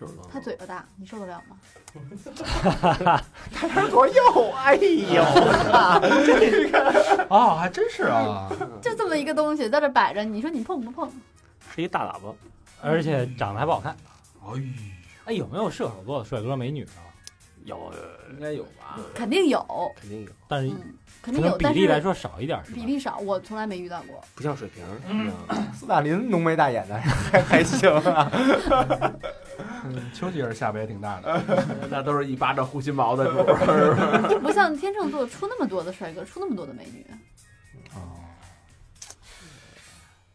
是不是？他嘴巴大，你受得了吗？ [laughs] 哎哦，还真是啊，就这么一个东西在这摆着，你说你碰不碰？是一大喇叭，而且长得还不好看。 [laughs] 哎，哎，有没有射手座的帅哥美女啊？有应该有吧？肯定有，肯定有，但是嗯，肯可定有能，比但例来是说少一点，是吧比例少，我从来没遇到过。不像水瓶儿，斯大林浓眉大眼的还还行啊，丘吉尔下巴也挺大的，那都是一巴掌护心毛的主儿。就不像天秤座出那么多的帅哥，出那么多的美女。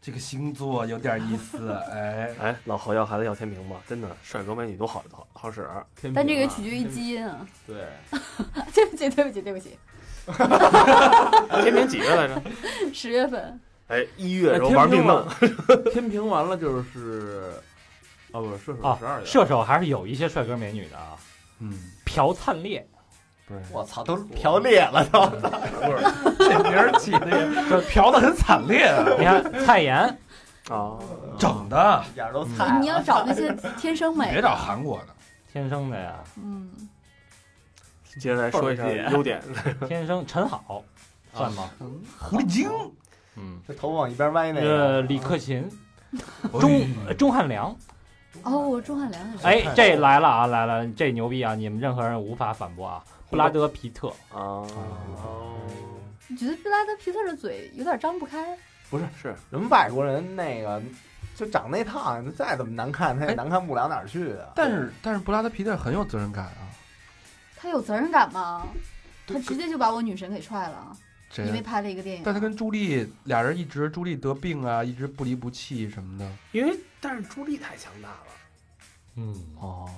这个星座有点意思，哎，哎，老侯要孩子要天平吧，真的，帅哥美女都好好好使。天平啊但这个取决于基因啊。对，啊 [laughs] 对不起，对不起，对不起。天平几月来着？十月份 [laughs] 哎，那一月的时候天玩命平弄，完， [laughs] 天平完了就是，哦不是射手啊十二，月，射手还是有一些帅哥美女的啊。嗯，朴灿烈，我操，都瓢裂了都，这名儿起的也这嫖的很惨烈啊，你看蔡妍，啊， [laughs] 整的，眼儿都嗯哎啊，菜你要找那些天生美别。找韩国的，天生的呀，嗯，接下来说一下优点，天生陈好算吗？啊狐狸精，嗯，这头发往一边歪那个，呃，李克勤，哎中钟汉良，哦，钟汉良也是。哎，这来了啊，来了，这牛逼啊，你们任何人无法反驳啊。布拉德皮特，啊，你觉得布拉德皮特的嘴有点张不开，不是是人外国人那个就长那趟，再怎么难看，他也哎难看不了哪儿去啊。但是但是布拉德皮特很有责任感啊，他有责任感吗？对他直接就把我女神给踹了，这因为拍了一个电影。但他跟朱莉俩人一直朱莉得病啊，一直不离不弃什么的，因为，但是朱莉太强大了，嗯，哦，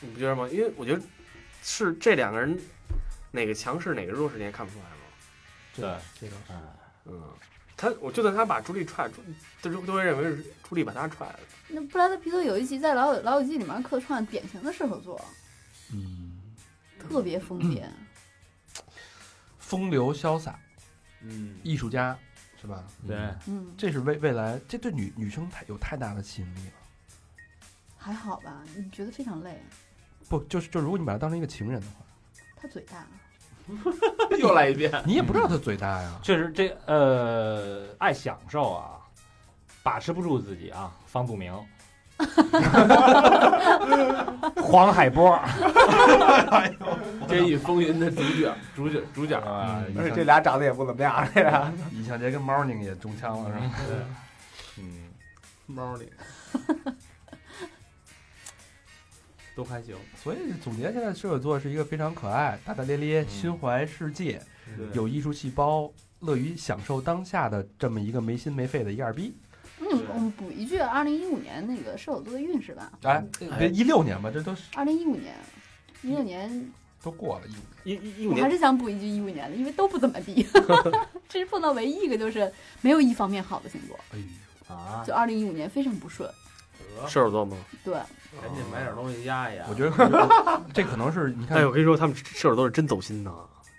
你不觉得吗？因为我觉得是这两个人哪个强势哪个弱势，你也看不出来吗？对，嗯，他我就算他把朱莉踹，朱都都会认为是朱莉把他踹了。那布拉德皮特有一集在老友《老友记》里面客串，典型的射手座，嗯，特别疯癫。风流潇洒，嗯，艺术家是吧？对，嗯，这是未未来，这对女女生太有太大的吸引力了。还好吧？你觉得非常累？不，就是就如果你把她当成一个情人的话，他嘴大，又来一遍。你也不知道她嘴 [laughs] 大啊呀。确实这呃爱享受啊，把持不住自己啊，方 [laughs] 不明，黄海波， 《监狱风云》的主角，主角，主角，啊，嗯而且尹这俩长得也不怎么样，这俩嗯相尹相杰跟猫宁也中枪了是吧？ [laughs] 嗯，猫里 [laughs] 都还行，所以总结现在射手座是一个非常可爱、大大咧咧、心怀世界、有艺术细胞、乐于享受当下的这么一个没心没肺的一个二逼。嗯，我们补一句，二零一五年那个射手座的运势吧。哎，别一六年吧，这都是二零一五年，一六年，都过了一五一一一五我还年，是想补一句一五年的，因为都不怎么 [laughs] 地。这是碰到唯一一个就是没有一方面好的星座， [laughs] 啊，就二零一五年非常不顺。射手座吗？对，赶紧买点东西压一压。我觉得可能这可能是你看哎，我跟你说，他们射手座是真走心呐，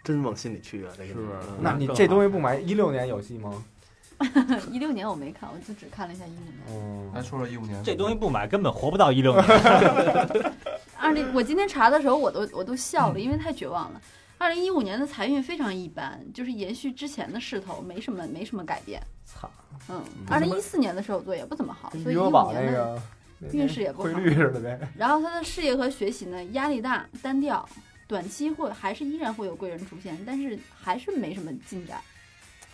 真往心里去啊，这个是不是嗯那你这东西不买，一六年有戏吗？一六年我没看，我就只看了一下一五年。来嗯，说说一五年，这东西不买根本活不到一六年。二零，我今天查的时候我都我都笑了，嗯因为太绝望了。二零一五年的财运非常一般，就是延续之前的势头，没什么没什么改变。操，嗯嗯，二零一四年的射手座也不怎么好，所跟余以一额五宝年那的。个运势也不好汇率似的呗。然后他的事业和学习呢，压力大，单调，短期会还是依然会有贵人出现，但是还是没什么进展。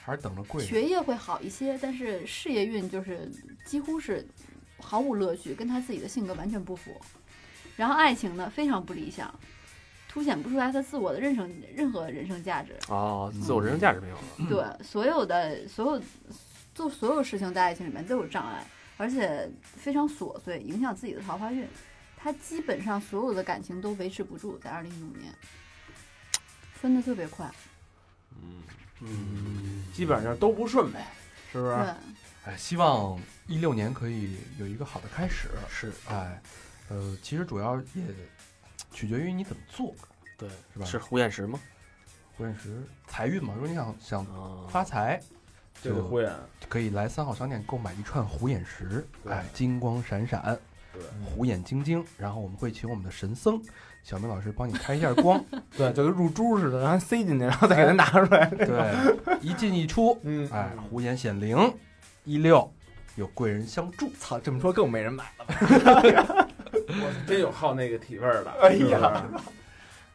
还是等着贵人。学业会好一些，但是事业运就是几乎是毫无乐趣，跟他自己的性格完全不符。然后爱情呢，非常不理想，凸显不出来他自我的任生任何人生价值。哦，自我人生价值没有了，对，所有的所有做所有事情在爱情里面都有障碍，而且非常琐碎，影响自己的桃花运。他基本上所有的感情都维持不住，在二零一五年分的特别快。嗯嗯，基本上都不顺呗，是不是？对，哎，希望一六年可以有一个好的开始。是，哎，呃，其实主要也取决于你怎么做，对，是吧？是胡彦石吗？胡彦石财运嘛，如果你想想哦，发财，就得就敷衍。可以来三好商店购买一串虎眼石，对哎，金光闪闪，对虎眼晶晶。然后我们会请我们的神僧小明老师帮你开一下 [laughs] 光，对，就跟入珠似的，然后塞进去，然后再给它拿出来。对，一进一出，嗯，哎，虎眼显灵，一六有贵人相助，操，这么说更没人买了。我真有好那个体味儿的，哎呀，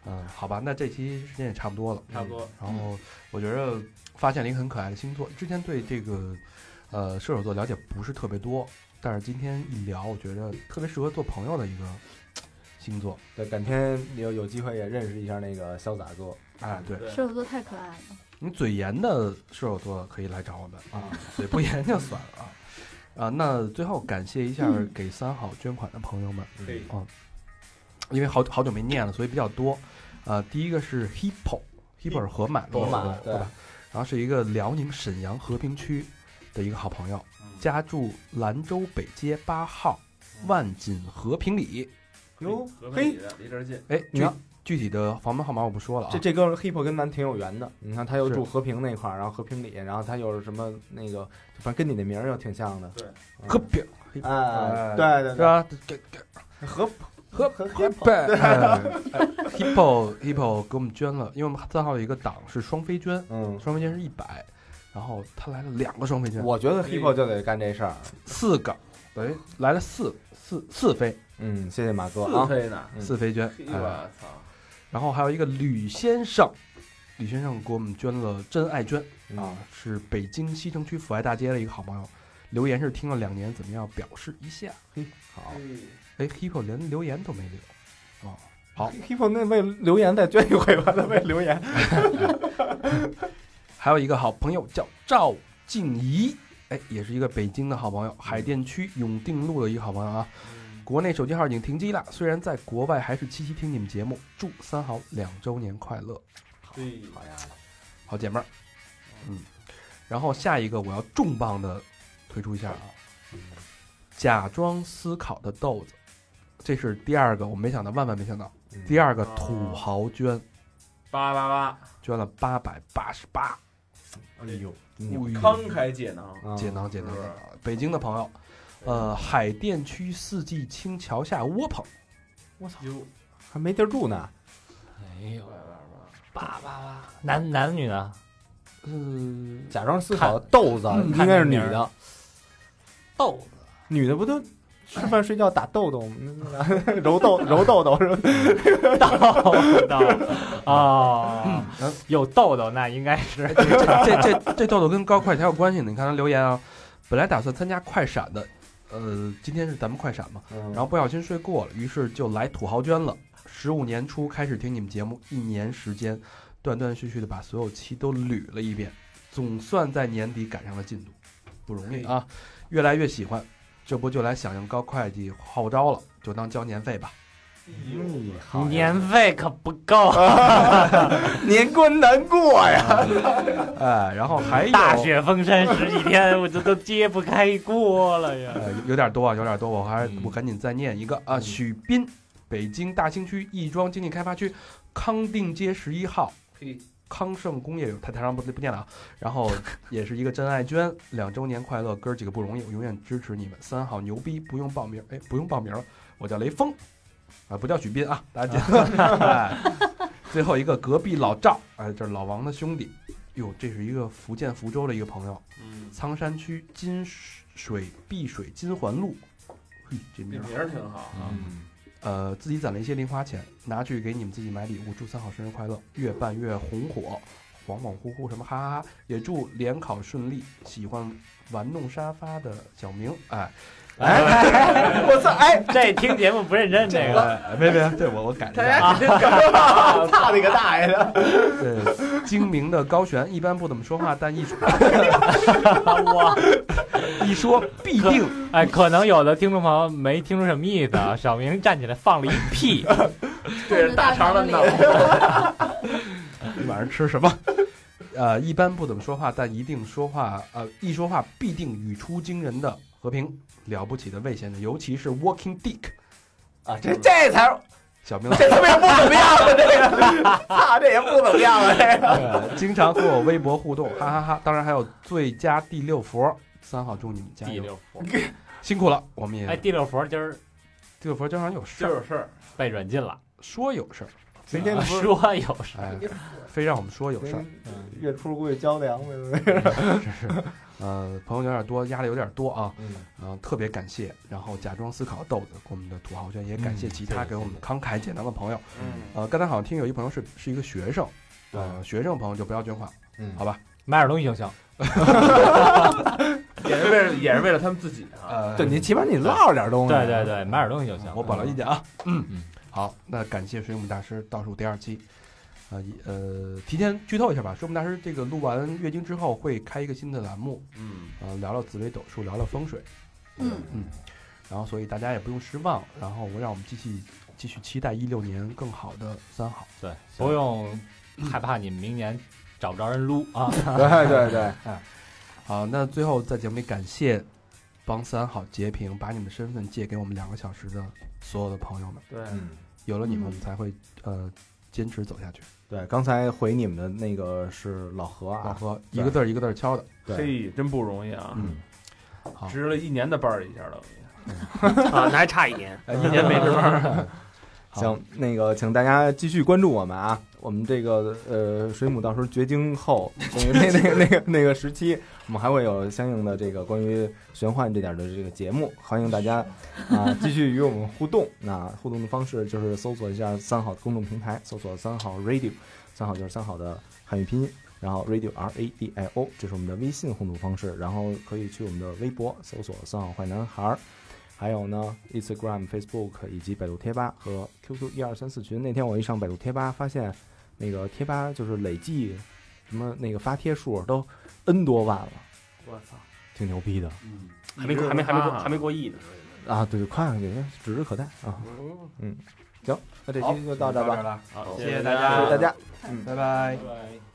嗯，好吧，那这期时间也差不多了，差不多。然后我觉着发现了一个很可爱的星座，之前对这个呃射手座了解不是特别多，但是今天一聊，我觉着特别适合做朋友的一个星座。对，改天有有机会也认识一下那个潇洒哥哎，对对射手座太可爱了。你嘴严的射手座可以来找我们啊，嗯嘴不严就算了啊。 [laughs] 啊，那最后感谢一下给三好捐款的朋友们，嗯嗯对啊，因为好好久没念了，所以比较多。啊，第一个是 Hippo，Hippo 是河马的意思，河马对吧？然后是一个辽宁沈阳和平区的一个好朋友，家住兰州北街八号万锦和平里。哟和，平嘿里，的离这儿近，哎，你具要具体的房门号码我不说了啊这。这哥们儿 hipo 跟咱挺有缘的。你看他又是住和平那块儿，然后和平里，然后他又是什么那个，反正跟你那名儿又挺像的。对嗯，和平，哎，哎对对是吧？给给对，和和和和和拜 [laughs] Hippo Hippo 哎给我们捐了，因为我们三号有一个档是双飞捐，嗯，双飞捐是一百，然后他来了两个双飞捐，我觉得 hipo 就得干这事儿。四个，等于来了四四四飞嗯，谢谢马哥四啊。飞呢？嗯四飞捐嘿，哎我操！然后还有一个吕先生，吕先生给我们捐了真爱捐啊嗯，，是北京西城区阜爱大街的一个好朋友，留言是听了两年，怎么样？表示一下，嘿，好，哎，Hippo 连留言都没留，啊，好， hipo 那为留言再捐一回吧，他为留言。还有一个好朋友叫赵静怡，哎，也是一个北京的好朋友，海淀区永定路的一个好朋友啊。国内手机号已经停机了，虽然在国外还是七七听你们节目。祝三好两周年快乐，对，好呀，好姐妹儿。嗯，然后下一个我要重磅的推出一下啊，假装思考的豆子，这是第二个，我没想到，万万没想到，第二个土豪捐哦八八八，捐了八百八十八，哎呦，哎呦慷慨解囊，嗯解囊解囊是。北京的朋友，呃，海淀区四季青桥下窝棚，哟，还没地儿住呢。哎呦八，八叭叭叭，男男女呢？呃，假装思考的豆子嗯应该是看女这名儿的，豆子，女的不都吃饭睡觉打豆豆吗，揉豆揉豆豆是吧？ [laughs] 豆豆哦啊嗯，有豆豆那应该是哎这这这这这豆豆跟高快才有关系呢。你看他留言啊，本来打算参加快闪的，呃，今天是咱们快闪嘛，然然后不小心睡过了，于是就来土豪捐了。十五年初开始听你们节目，一年时间，断断续续的把所有期都捋了一遍，总算在年底赶上了进度，不容易啊！越来越喜欢，这不就来响应高会计号召了，就当交年费吧。嗯，好呀年费可不啊够，年关难过呀。哎，然后还有大雪封山十几天，我这都揭不开锅了呀。呃，有点多啊，有点多，我还嗯我赶紧再念一个啊，许斌，北京大兴区亦庄经济开发区康定街十一号嘿，康盛工业有太太上不不念了啊。然后也是一个真爱娟，两周年快乐，哥儿几个不容易，我永远支持你们。三号牛逼，不用报名，哎，不用报名了，我叫雷锋，啊，不叫许斌啊，大家记得。 [laughs] 哎最后一个隔壁老赵，哎，这是老王的兄弟，哟，这是一个福建福州的一个朋友，嗯，苍山区金水碧水金环路，嘿，这这名儿名儿挺好啊。嗯，呃，自己攒了一些零花钱，拿去给你们自己买礼物，祝三好生日快乐，越办越红火，恍恍惚惚什么哈哈哈，也祝联考顺利。喜欢玩弄沙发的小明，哎，哎，我操，哎，这听节目不认真，这个哎哎别别，这我我改一下啊，操你个大爷的！对，精明的高璇一般不怎么说话，[laughs] 但一说 [laughs] 我一说必定哎，可能有的听众朋友没听出什么意思啊。小明站起来放了一屁，对着大肠的脸，你晚上吃什么？ [laughs] 呃，一般不怎么说话，但一定说话，呃，一说话必定语出惊人的和平，了不起的魏先生，尤其是 Walking Dick 啊，这这才是小明这他妈也不怎么样了，这个，操，这也不怎么样了，这个。呃，经常和我微博互动，哈哈哈当然还有最佳第六佛，三号祝你们加第油，六佛，辛苦了，我们也、哎，第六佛今儿第六佛经常有事这儿，有事儿，被软禁了，说有事儿，明天啊不是说有事哎，非让我们说有事儿，月初估计交粮了，真是，呃，朋友有点多，压力有点多啊，嗯、特别感谢，然后假装思考豆子给我们的土豪圈，也感谢其他嗯对给我们慷慨解囊的朋友，嗯，呃，刚才好像听有一朋友是是一个学生，呃，学生朋友就不要捐款，嗯好吧，买点东西就行。也是为了也是为了他们自己啊。呃，对你起码你唠点东西，对对对，买点东西就行。我保留意见啊。嗯嗯，好，那感谢水母大师倒数第二期。啊，一呃，提前剧透一下吧。水母大师这个录完月经之后会开一个新的栏目，嗯，呃，聊聊紫微斗数，聊聊风水，嗯，然后所以大家也不用失望，然后我让我们继续继续期待一六年更好的三好。对，不用害怕你们明年找不着人撸啊。 [laughs] 对对对，好，那最后在节目里感谢帮三好截屏，把你们身份借给我们两个小时的所有的朋友们， [laughs] 对，有了你们，嗯我们才会呃坚持走下去。对，刚才回你们的那个是老何老啊，何一对个字儿一个字儿敲的，对，嘿，真不容易啊，嗯，好，值了一年的班儿一下等于。啊，那还差一 [laughs] 年。哎一年没值班。行，那个请大家继续关注我们啊，我们这个呃水母到时候绝经后那那那那个那个时期，我们还会有相应的这个关于玄幻这点的这个节目，欢迎大家啊、继续与我们互动。那互动的方式就是搜索一下三好的公众平台，搜索三好 radio，三好就是三好的汉语拼音。然后 radio r a d i o，这是我们的微信互动方式，然后可以去我们的微博搜索“三好坏男孩”，儿”。还有呢，Instagram、Facebook 以及百度贴吧和 QQ 一二三四群。那天我一上百度贴吧，发现那个贴吧就是累计什么那个发帖数都 N 多万了，我操，挺牛逼的嗯，还没过还没还没过还没过亿呢。啊！对，快了，给指日可待啊！嗯，行，那这期就到这儿吧，了，好，谢谢大大谢家谢大家。拜拜。拜拜